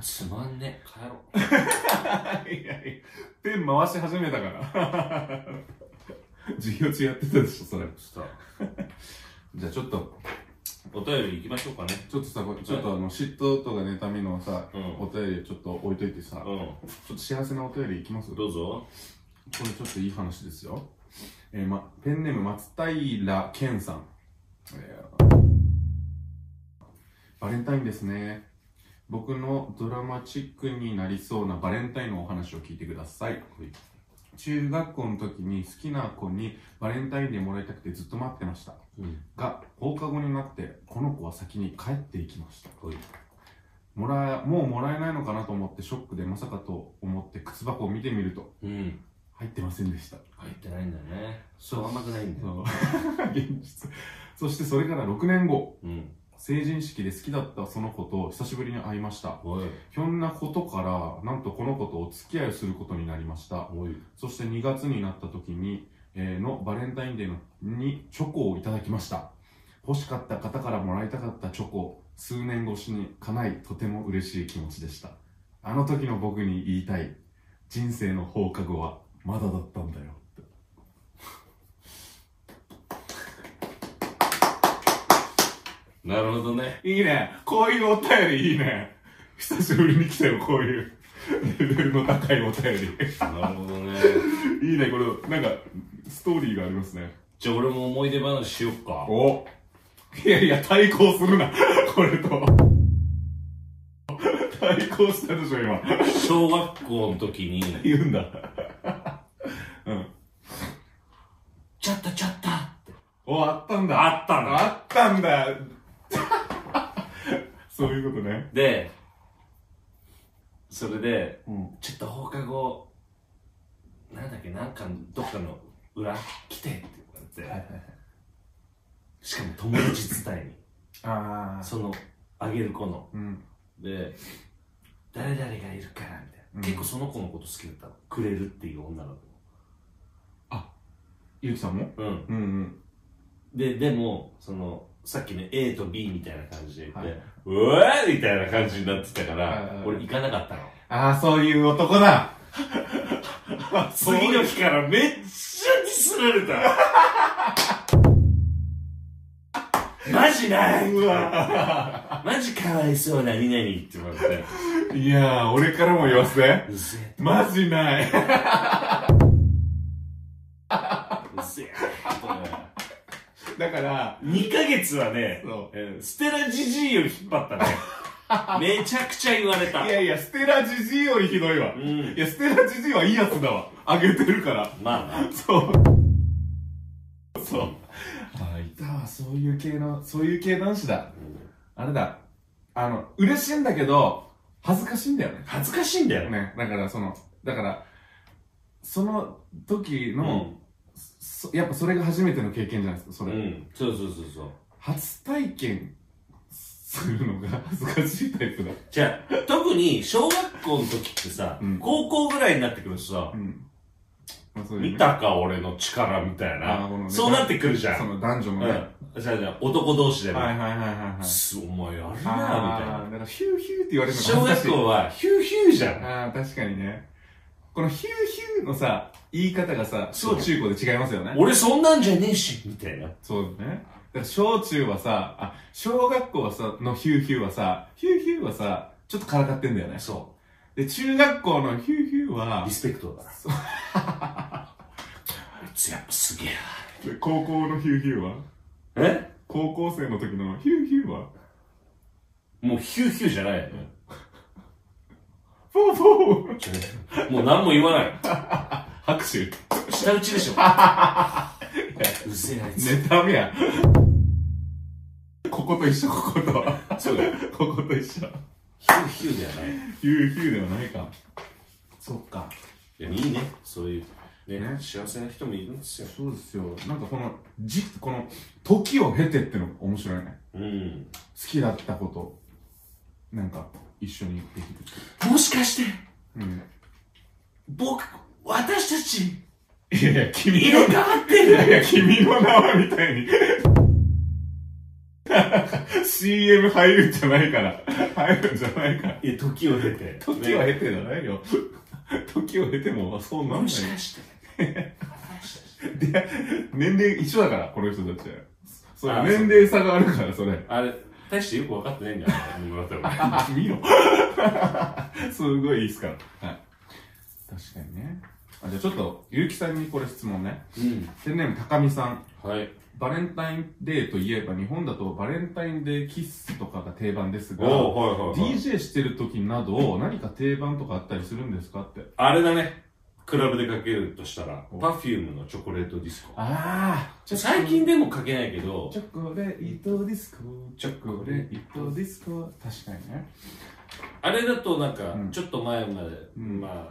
Speaker 6: つまんねえ帰ろ
Speaker 4: いやいや、ペン回し始めたから。授業中やってたでしょ、それ。
Speaker 6: うさあ
Speaker 4: じゃあちょっと、
Speaker 6: お便り行きましょうかね
Speaker 4: ちょっとさ、ちょっとあの、嫉妬とか妬みのさ、
Speaker 6: うん
Speaker 4: お便りちょっと置いといてさ、ちょ
Speaker 6: う
Speaker 4: っと幸せなお便りいきます
Speaker 6: ん
Speaker 4: こ
Speaker 6: どうぞ
Speaker 4: れちょっといい話ですよ。えー、ま、ペンネーム松平健さん。えーバレンタインですね。僕のドラマチックになりそうなバレンタインのお話を聞いてください。中学校の時に好きな子にバレンタインデーもらいたくてずっと待ってました、
Speaker 6: うん
Speaker 4: が放課後になってこの子は先に帰っていきました
Speaker 6: はい
Speaker 4: もらえもうもらえないのかなと思ってショックでまさかと思って靴箱を見てみると
Speaker 6: うん
Speaker 4: 入ってませんでした
Speaker 6: 入ってないんだよねそう甘くないんだ
Speaker 4: そ
Speaker 6: よ
Speaker 4: う 現実そしてそれから6年後
Speaker 6: うん
Speaker 4: 成人式で好きだったその子と久しぶりに会いました
Speaker 6: おい
Speaker 4: ひょんなことからなんとこの子とお付き合いをすることになりました
Speaker 6: おい
Speaker 4: そして2月になった時にえーのバレンタインデーのにチョコをいただきました。欲しかった方からもらいたかったチョコ、数年越しに叶い、とても嬉しい気持ちでした。あの時の僕に言いたい、人生の放課後はまだだったんだよって。
Speaker 6: なるほどね。
Speaker 4: いいね。こういうお便りいいね。久しぶりに来たよ、こういう。レベルの高いお便り。
Speaker 6: なるほどね。
Speaker 4: いいね、これ、なんか、ストーリーがありますね。
Speaker 6: じゃあ俺も思い出話しよっか。
Speaker 4: おいやいや、対抗するな。これと。対抗したでしょ、今。
Speaker 6: 小学校の時に、
Speaker 4: 言うんだ。うん。
Speaker 6: ちゃったちゃったって
Speaker 4: お、あったんだ。
Speaker 6: あったんだ。
Speaker 4: あったんだ。そういうことね。
Speaker 6: で、それで、
Speaker 4: うん。
Speaker 6: ちょっと放課後、なんだっけ、なんかのどっかの裏来てって言われて、しかも友達伝いに、
Speaker 4: ああ。
Speaker 6: その、あげる子の。
Speaker 4: うん。
Speaker 6: で、誰々がいるから、みたいな、結構その子のこと好きだったの。くれるっていう女の
Speaker 4: ゆうきさんも
Speaker 6: 子。うん。
Speaker 4: うんうん。
Speaker 6: で、でも、その、さっきの A と B みたいな感じで言って、
Speaker 4: はいう
Speaker 6: わーみたいな感じになってたから、
Speaker 4: はいはいはい
Speaker 6: 俺行かなかったの。
Speaker 4: ああ、そういう男だ。
Speaker 6: 次の日からめっちゃディスられた マジないうわマジかわいそうな何々って言われて
Speaker 4: いやー、俺からも言わせて。
Speaker 6: うぜ
Speaker 4: マジない。
Speaker 6: うぜ
Speaker 4: だから、
Speaker 6: 2ヶ月はね
Speaker 4: そ
Speaker 6: えーステラジジイを引っ張ったねめちゃくちゃ言われた
Speaker 4: いやいや、ステラジジイよりひどいわ。
Speaker 6: うん
Speaker 4: いや、ステラジジイはいいやつだわ。あげてるから。
Speaker 6: まあな
Speaker 4: そう。そう。あ、いたわ、そういう系の、そういう系男子だ。あれだ。あの、嬉しいんだけど、恥ずかしいんだよね。
Speaker 6: 恥ずかしいんだよ
Speaker 4: ね、だからその、だから、その時
Speaker 6: う
Speaker 4: の、
Speaker 6: ん
Speaker 4: そやっぱそれが初めての経験じゃないですか、そうれ。
Speaker 6: んそうそうそうそう
Speaker 4: 初体験するのが 恥ずかしいタイプだ。
Speaker 6: じゃあ特に小学校の時ってさ、
Speaker 4: うん
Speaker 6: 高校ぐらいになってくるとさ、
Speaker 4: うん。まあ、そういうね
Speaker 6: 見たか俺の力みたい
Speaker 4: あー
Speaker 6: な
Speaker 4: この。ね
Speaker 6: そうなってくるじゃ
Speaker 4: そ
Speaker 6: ん。
Speaker 4: の男女
Speaker 6: う
Speaker 4: の
Speaker 6: ん。
Speaker 4: ね。
Speaker 6: じ
Speaker 4: は
Speaker 6: ゃあじゃあ男同士で
Speaker 4: い
Speaker 6: も。
Speaker 4: はいはいはいはい。
Speaker 6: すお前やる
Speaker 4: ああ、
Speaker 6: なみ
Speaker 4: だからヒューヒューって言われ
Speaker 6: たいな。
Speaker 4: るの
Speaker 6: 小学校
Speaker 4: は。
Speaker 6: はヒューヒューじゃん。
Speaker 4: ああ、確かにね。このヒューヒューのさ、言い方がさ、
Speaker 6: そう
Speaker 4: 小中高で違いますよね。
Speaker 6: 俺そんなんじゃねえし、みたいな。
Speaker 4: そうだね。だから小中はさ、あ、小学校はさ、のヒューヒューはさ、ヒューヒューはさ、ちょっとからかってんだよね。
Speaker 6: そ
Speaker 4: で、中学校のヒューヒュー
Speaker 6: う。
Speaker 4: は
Speaker 6: リ、スペクトだから。あいつやっぱすげえ
Speaker 4: で高校のヒューヒューは
Speaker 6: な。え
Speaker 4: 高校生の時のヒューヒューは
Speaker 6: もうヒューヒューじゃないよね。
Speaker 4: フォーフォー
Speaker 6: もう何も言わない。
Speaker 4: 拍手。
Speaker 6: 下打ちで しょ。うぜえあいつ。
Speaker 4: 妬みや。ここと一緒、ここと。
Speaker 6: そうだよ。
Speaker 4: ここと一緒。
Speaker 6: ヒューヒューではない。
Speaker 4: ヒューヒューではないか。そっか。
Speaker 6: いや、いいね。そういう。ね
Speaker 4: ね、
Speaker 6: 幸せな人もいるんですよ。
Speaker 4: そうですよ。なんかこの、じ、この、時を経てってのが面白いね。
Speaker 6: うん。
Speaker 4: 好きだったこと、なんか、一緒にできる。
Speaker 6: もしかして、
Speaker 4: うん。
Speaker 6: 僕、私たち、
Speaker 4: いやいや、君
Speaker 6: 入れ
Speaker 4: の、
Speaker 6: 替
Speaker 4: い
Speaker 6: わってる
Speaker 4: やいや、君の名はみたいに。CM 入るんじゃないから。入るんじゃないから。
Speaker 6: いや、時を経て。
Speaker 4: 時は経てじゃないよ。 時を経ても、そうなん
Speaker 6: も
Speaker 4: ない
Speaker 6: し
Speaker 4: よ
Speaker 6: かして。
Speaker 4: で、年齢一緒だから、この人たち。そ
Speaker 6: あ
Speaker 4: れ、年齢差があるから、それ。
Speaker 6: あれ、大してよく分かってないんだよ。村田は
Speaker 4: あ、見ろ。 すごいいいっすから。はい。確かにね。あ、じゃあちょっと、ゆうきさんにこれ質問ね。
Speaker 6: うん。
Speaker 4: ペンネーム、高見さん。
Speaker 6: はい。
Speaker 4: バレンタインデーといえば、日本だとバレンタインデーキッスとかが定番ですが、
Speaker 6: おはいはいはい。
Speaker 4: DJ してる時など、何か定番とかあったりするんですかって。
Speaker 6: あれだね。クラブでかけるとしたら、
Speaker 4: お
Speaker 6: パフュームのチョコレートディスコ。
Speaker 4: ああ、
Speaker 6: 最近でもかけないけど、
Speaker 4: チョコレートディスコ、チョコレートディスコ。確かにね。
Speaker 6: あれだとなんか
Speaker 4: う、ん
Speaker 6: ちょっと前まで、
Speaker 4: うん
Speaker 6: まあ、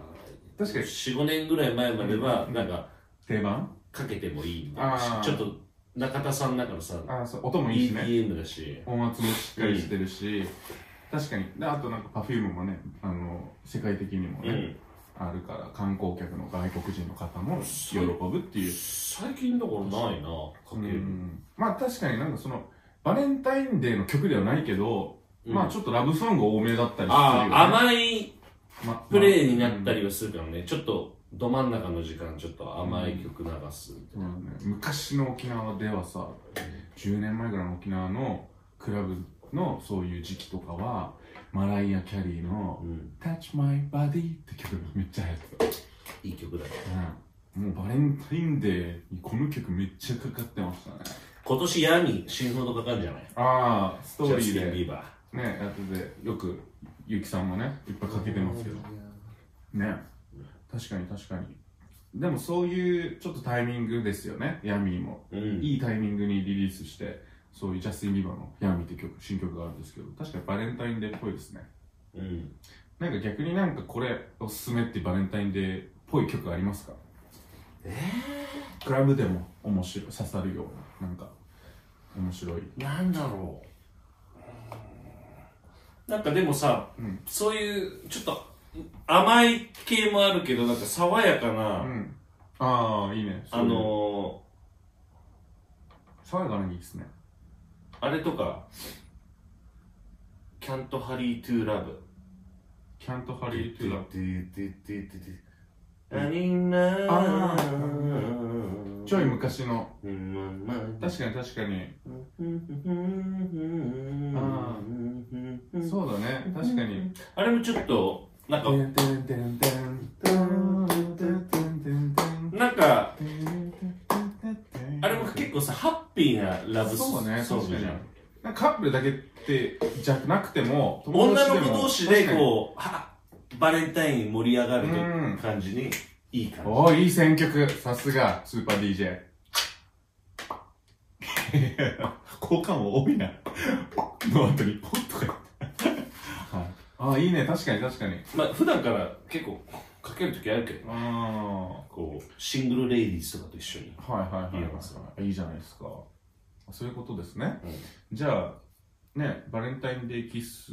Speaker 4: 確かに
Speaker 6: 4、5年ぐらい前までは、なんか、
Speaker 4: 定番
Speaker 6: かけてもいいんだ
Speaker 4: あー
Speaker 6: ちょっと、中田さんだからさ、
Speaker 4: ああ、そう、音もいいしね。
Speaker 6: EDM だし、
Speaker 4: 音圧もしっかりしてるし、確かに。で、あとなんか Perfume もね、あの、世界的にも
Speaker 6: う
Speaker 4: ね、
Speaker 6: ん。
Speaker 4: ああるから観光客の外国人の方も喜ぶっていう
Speaker 6: 最近だからないなかける
Speaker 4: まあ確かになんかそのバレンタインデーの曲ではないけど、まあちょっとラブソング多めだったりするよ、
Speaker 6: あ
Speaker 4: ね、
Speaker 6: あ甘い
Speaker 4: ま
Speaker 6: プレイになったりはするからねちょっとど真ん中の時間ちょっと甘い曲流すみたい
Speaker 4: まあね昔の沖縄ではさ10年前ぐらいの沖縄のクラブのそういう時期とかはマライア・キャリーの
Speaker 6: な、う
Speaker 4: 「
Speaker 6: ん
Speaker 4: Touch My Body」って曲がめっちゃ流行ってた
Speaker 6: いい曲だね
Speaker 4: うんもうバレンタインデーにこの曲めっちゃかかってましたね
Speaker 6: 今年闇死ぬほどかかるんじゃない
Speaker 4: ああストーリ
Speaker 6: ジャスティンビ
Speaker 4: ー
Speaker 6: ーバ
Speaker 4: でねやっててよくゆきさんもねいっぱいかけてますけどね確かに確かにでもそういうちょっとタイミングですよねヤミーも
Speaker 6: ーうん
Speaker 4: いいタイミングにリリースしてそういうジャスティン・ビーバーの「ヤミー」って曲新曲があるんですけど確かにバレンタインデーっぽいですね
Speaker 6: うん
Speaker 4: なんか逆になんかこれおすすめってバレンタインデーっぽい曲ありますかえクラブでも面白い刺さるようななんか面白い
Speaker 6: なんだろうなんかでもさ、
Speaker 4: うん
Speaker 6: そういうちょっと甘い系もあるけどなんか爽やかな、
Speaker 4: うんああいいねそう
Speaker 6: あ
Speaker 4: いう
Speaker 6: の
Speaker 4: 爽やかなのがいいですね
Speaker 6: ー、あれとか「Can't Hurry to Love」
Speaker 4: キャントハ
Speaker 6: あ
Speaker 4: リー・トゥラ
Speaker 6: あ
Speaker 4: ちょい昔の
Speaker 6: 確
Speaker 4: 確かに確かに
Speaker 6: に
Speaker 4: そうだね確かに
Speaker 6: あれもちょっとなんかなんかあれも結構さハッピーなラブ
Speaker 4: そ
Speaker 6: ソ
Speaker 4: うね、
Speaker 6: ソン
Speaker 4: 確か
Speaker 6: グじ
Speaker 4: に
Speaker 6: ゃん。
Speaker 4: なんかカップルだけってじゃなくても、友
Speaker 6: 女
Speaker 4: 達
Speaker 6: の
Speaker 4: も
Speaker 6: 子同士で
Speaker 4: 確かに
Speaker 6: こうはバレンタイン盛り上がるという感じにいい感じ
Speaker 4: おーいい選曲。さすが、スーパー DJ。交 換音多いな。 の後に、ポッとか言って。はい。ああ、いいね。確かに確かに。
Speaker 6: まあ普段から結構かける時あるけど
Speaker 4: ああ。
Speaker 6: こうシングルレイディースとかと一緒に
Speaker 4: はいはいはい
Speaker 6: いい
Speaker 4: は
Speaker 6: よ
Speaker 4: い、いいじゃないですかそういうことですね、じゃあねバレンタインデーキッス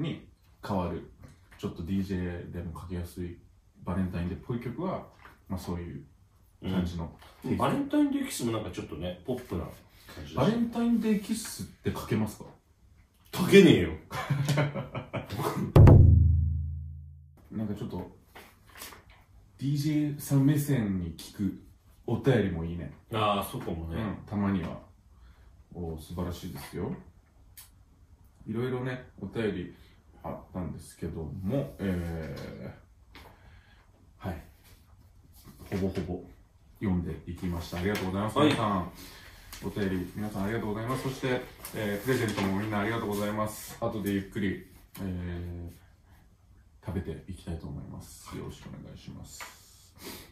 Speaker 4: に変わるちょっと DJ でもかけやすいバレンタインデーっぽい曲は、まあ、そういう感じの、
Speaker 6: バレンタインデーキスもなんかちょっとねポップな感じだ
Speaker 4: バ
Speaker 6: し
Speaker 4: レンタインデーキッスってかけますか
Speaker 6: かけねえよ
Speaker 4: なんかちょっと DJ さん目線に聞くお便りもいいね、
Speaker 6: ああそこも
Speaker 4: う
Speaker 6: ね、
Speaker 4: ん、たまにはおー素晴らしいですよいろいろね、お便りあったんですけども、えー、はい。ほぼほぼ読んでいきました。ありがとうございます。
Speaker 6: はい
Speaker 4: 皆さん、お便り、皆さんありがとうございます。そして、えープレゼントもみんなありがとうございます。後でゆっくり、えー、食べていきたいと思います。よろしくお願いします。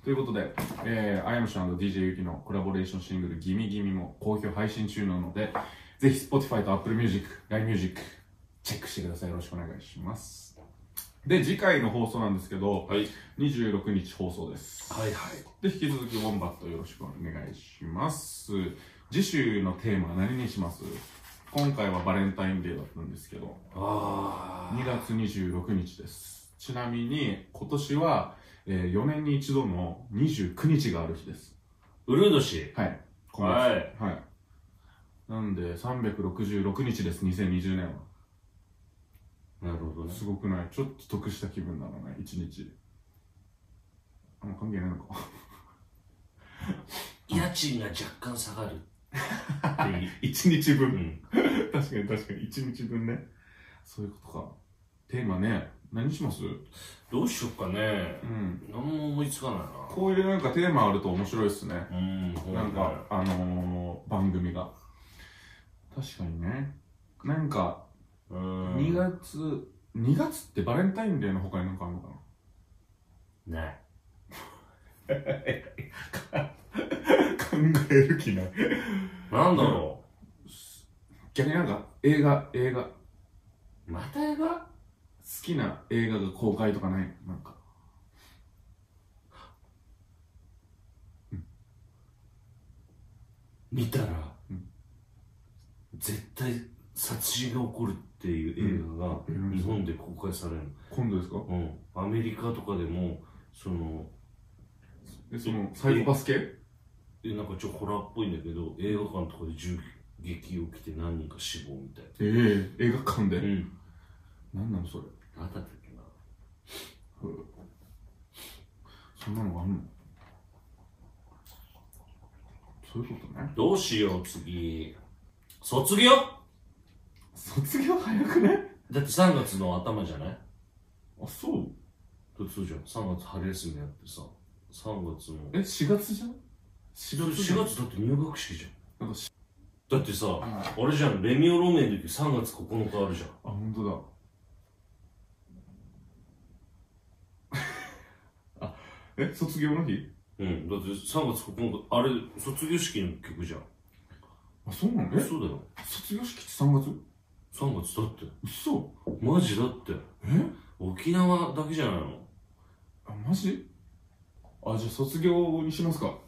Speaker 4: ということで、えー、アイムシュ &DJ ユキのコラボレーションシングル、ギミギミも好評配信中なので、ぜひ Spotify と Apple Music、LINE Music、チェックしてください。よろしくお願いします。で、次回の放送なんですけど、
Speaker 6: はい
Speaker 4: 26日放送です。
Speaker 6: はいはい
Speaker 4: で、引き続き、ウォンバットよろしくお願いします。次週のテーマは何にします今回はバレンタインデーだったんですけど、
Speaker 6: あ
Speaker 4: 2月26日です。ちなみに、今年は、え4年に一度の29日がある日です。
Speaker 6: ウルード氏
Speaker 4: はい。今
Speaker 6: は
Speaker 4: 月。
Speaker 6: い
Speaker 4: はい。なんで、366日です、2020年は。
Speaker 6: なるほどね
Speaker 4: すごくないちょっと得した気分なのね、一日。あんま関係ないのか。
Speaker 6: 家賃が若干下がるって いう
Speaker 4: 一日分
Speaker 6: うん
Speaker 4: 確かに確かに、一日分ね。そういうことか。テーマね、何します
Speaker 6: どうしよっかね
Speaker 4: うん。
Speaker 6: 何も思いつかないな
Speaker 4: こういうなんかテーマあると面白いっすね。
Speaker 6: うん
Speaker 4: なんか、あのー、番組が。確かにね。なんか、
Speaker 6: うん
Speaker 4: 2月、2月ってバレンタインデーの他になんかあるのかな
Speaker 6: ね
Speaker 4: 考える気ない。
Speaker 6: なんだろ
Speaker 4: 逆になんか、映画、映画、好
Speaker 6: うまた映画
Speaker 4: きな映画が公開とかないなんか。
Speaker 6: 見たら、
Speaker 4: うん
Speaker 6: 絶対殺人が起こるっていう映画が
Speaker 4: うん
Speaker 6: 日本で公開されるの、
Speaker 4: 今度ですか
Speaker 6: うんアメリカとかでもその
Speaker 4: で、その、サイコパス系
Speaker 6: えなんかちょっとホラーっぽいんだけど映画館とかで銃撃起きて何人か死亡みたい
Speaker 4: ええ映画館
Speaker 6: な
Speaker 4: で。
Speaker 6: ん
Speaker 4: なんなのそれ。
Speaker 6: 何だったっけな
Speaker 4: そんなのがあるのそういうことね。
Speaker 6: どうしよう次卒業
Speaker 4: 卒業早くね
Speaker 6: だって3月の頭じゃない
Speaker 4: あ、そう
Speaker 6: そうじゃん3月春休みやってさ3月の
Speaker 4: え、4月じゃん ?4 月じゃん
Speaker 6: 4月だって入学式じゃん
Speaker 4: なんか
Speaker 6: だってさあれじゃんレミオロメンの時3月9日あるじゃん
Speaker 4: あ、本当だ。 あ、え、卒業の日
Speaker 6: うんだって3月9日あれ卒業式の曲じゃん
Speaker 4: あ、そうなのえ、
Speaker 6: そうだよ
Speaker 4: 卒業式って3月
Speaker 6: 3月だって
Speaker 4: 嘘
Speaker 6: マジだって
Speaker 4: え
Speaker 6: 沖縄だけじゃないの
Speaker 4: あ、マジあ、じゃあ卒業にしますか。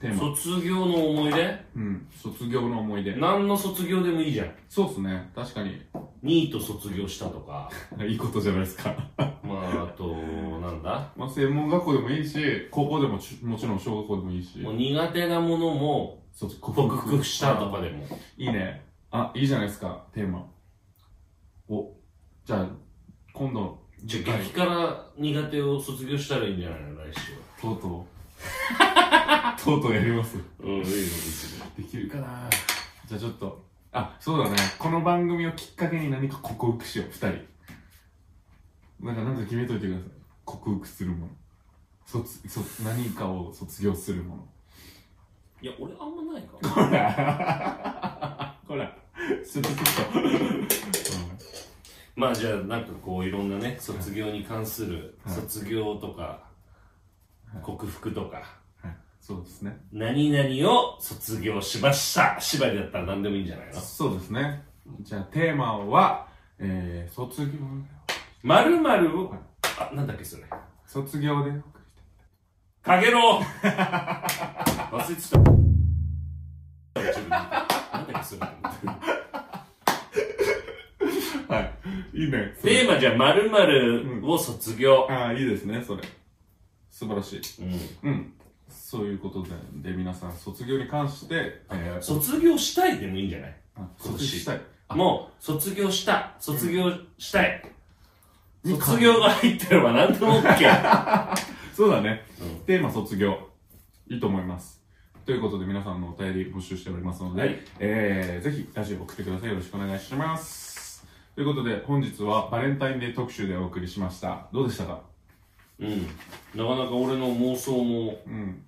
Speaker 4: テーマ。
Speaker 6: 卒業の思い出
Speaker 4: うん、卒業の思い出。
Speaker 6: 何の卒業でもいいじゃん
Speaker 4: そうっすね、確かに。
Speaker 6: ニート卒業したとか
Speaker 4: いいことじゃないですか。
Speaker 6: まああとなんだ
Speaker 4: まあ、専門学校でもいいし、高校でもちもちろん小学校でもいいし
Speaker 6: もう、苦手なものも
Speaker 4: 卒
Speaker 6: 克服したとかでも
Speaker 4: いいね。あ、いいじゃないですか、テーマ。お、じゃあ、今度、
Speaker 6: じゃ
Speaker 4: 次
Speaker 6: あ
Speaker 4: 回
Speaker 6: 激辛苦手を卒業したらいいんじゃないの来週
Speaker 4: とうとう。とうとうやります。
Speaker 6: うんいいよ
Speaker 4: できるかなじゃあちょっと、あ、そうだね。この番組をきっかけに何か克服しよう、二人。なんか、なんか決めといてください。克服するもの。卒、卒、何かを卒業するもの。
Speaker 6: いや俺あんまないから
Speaker 4: ほら、ちょっとちょっと。
Speaker 6: まあじゃあなんかこういろんなね卒業に関する卒業とか克服とか
Speaker 4: はい、そうですね。
Speaker 6: 何々を卒業しました縛りだったら何でもいいんじゃないの
Speaker 4: そうですね。じゃあ、テーマは、えー、卒業で、
Speaker 6: まるまるを、あ、なんだっけそれ。
Speaker 4: 卒業で送りたい。
Speaker 6: かげろう忘れ てた。なんだっけそれ。
Speaker 4: はい。いいね。
Speaker 6: テーマじゃまるまるを卒業。
Speaker 4: ああ、いいですね、それ。素晴らしい。
Speaker 6: うん
Speaker 4: うん。そういうことで、で、皆さん、卒業に関して、えー、
Speaker 6: 卒業したいでもいいんじゃない
Speaker 4: あ
Speaker 6: 今
Speaker 4: 卒業
Speaker 6: 年
Speaker 4: したい。
Speaker 6: もう、卒業した、卒業したい。卒業が入ってれば何でも OK。
Speaker 4: そうだね。テーマ、卒業。いいと思います。ということで、皆さんのお便り募集しておりますので、
Speaker 6: はい
Speaker 4: えー、ぜひ、ラジオ送ってください。よろしくお願いします。ということで、本日はバレンタインデー特集でお送りしました。どうでしたか
Speaker 6: うん。なかなか俺の妄想も、
Speaker 4: うん。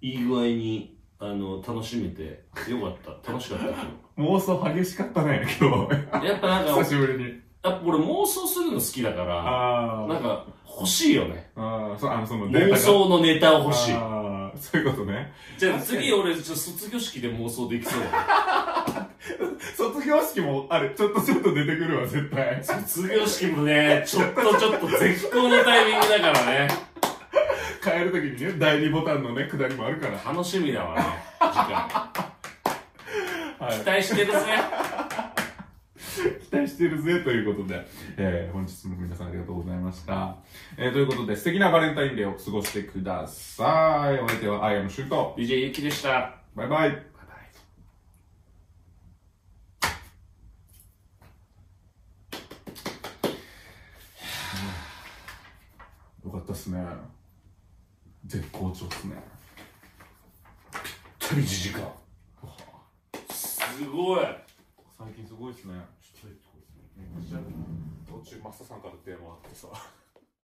Speaker 6: いい具合に、あの、楽しめて、よかった。楽しかった。
Speaker 4: 妄想激しかった ね、今日。
Speaker 6: やっぱなんか、
Speaker 4: 久しぶりに。
Speaker 6: やっぱ俺妄想するの好きだから、
Speaker 4: あ
Speaker 6: なんか欲しいよね。
Speaker 4: あー、そう、あの、そのデータが
Speaker 6: 妄想のネタを欲しい。
Speaker 4: あーそういうことね。
Speaker 6: じゃあ次俺ちょっと卒業式で妄想できそう
Speaker 4: 卒業式も、あれ、ちょっとちょっと出てくるわ、絶 対。
Speaker 6: だ。卒業式もね、ちょっとちょっと絶好のタイミングだからね。
Speaker 4: 変えるときにね、第2ボタンのね、下りもあるから。
Speaker 6: 楽しみだわね。時間。
Speaker 4: はい
Speaker 6: 期待してるぜ。
Speaker 4: 期待してるぜ、ということで。えー、本日も皆さんありがとうございました。えー、ということで、素敵なバレンタインデーを過ごしてください。お相手は、アイアムシュート。
Speaker 6: DJ ゆきでした。
Speaker 4: バイバイ。よかったっすね。絶好調っすね。
Speaker 6: 一人時間。すごい。
Speaker 4: 最近すごいっすね。途中、マッサさんから電話あってさ。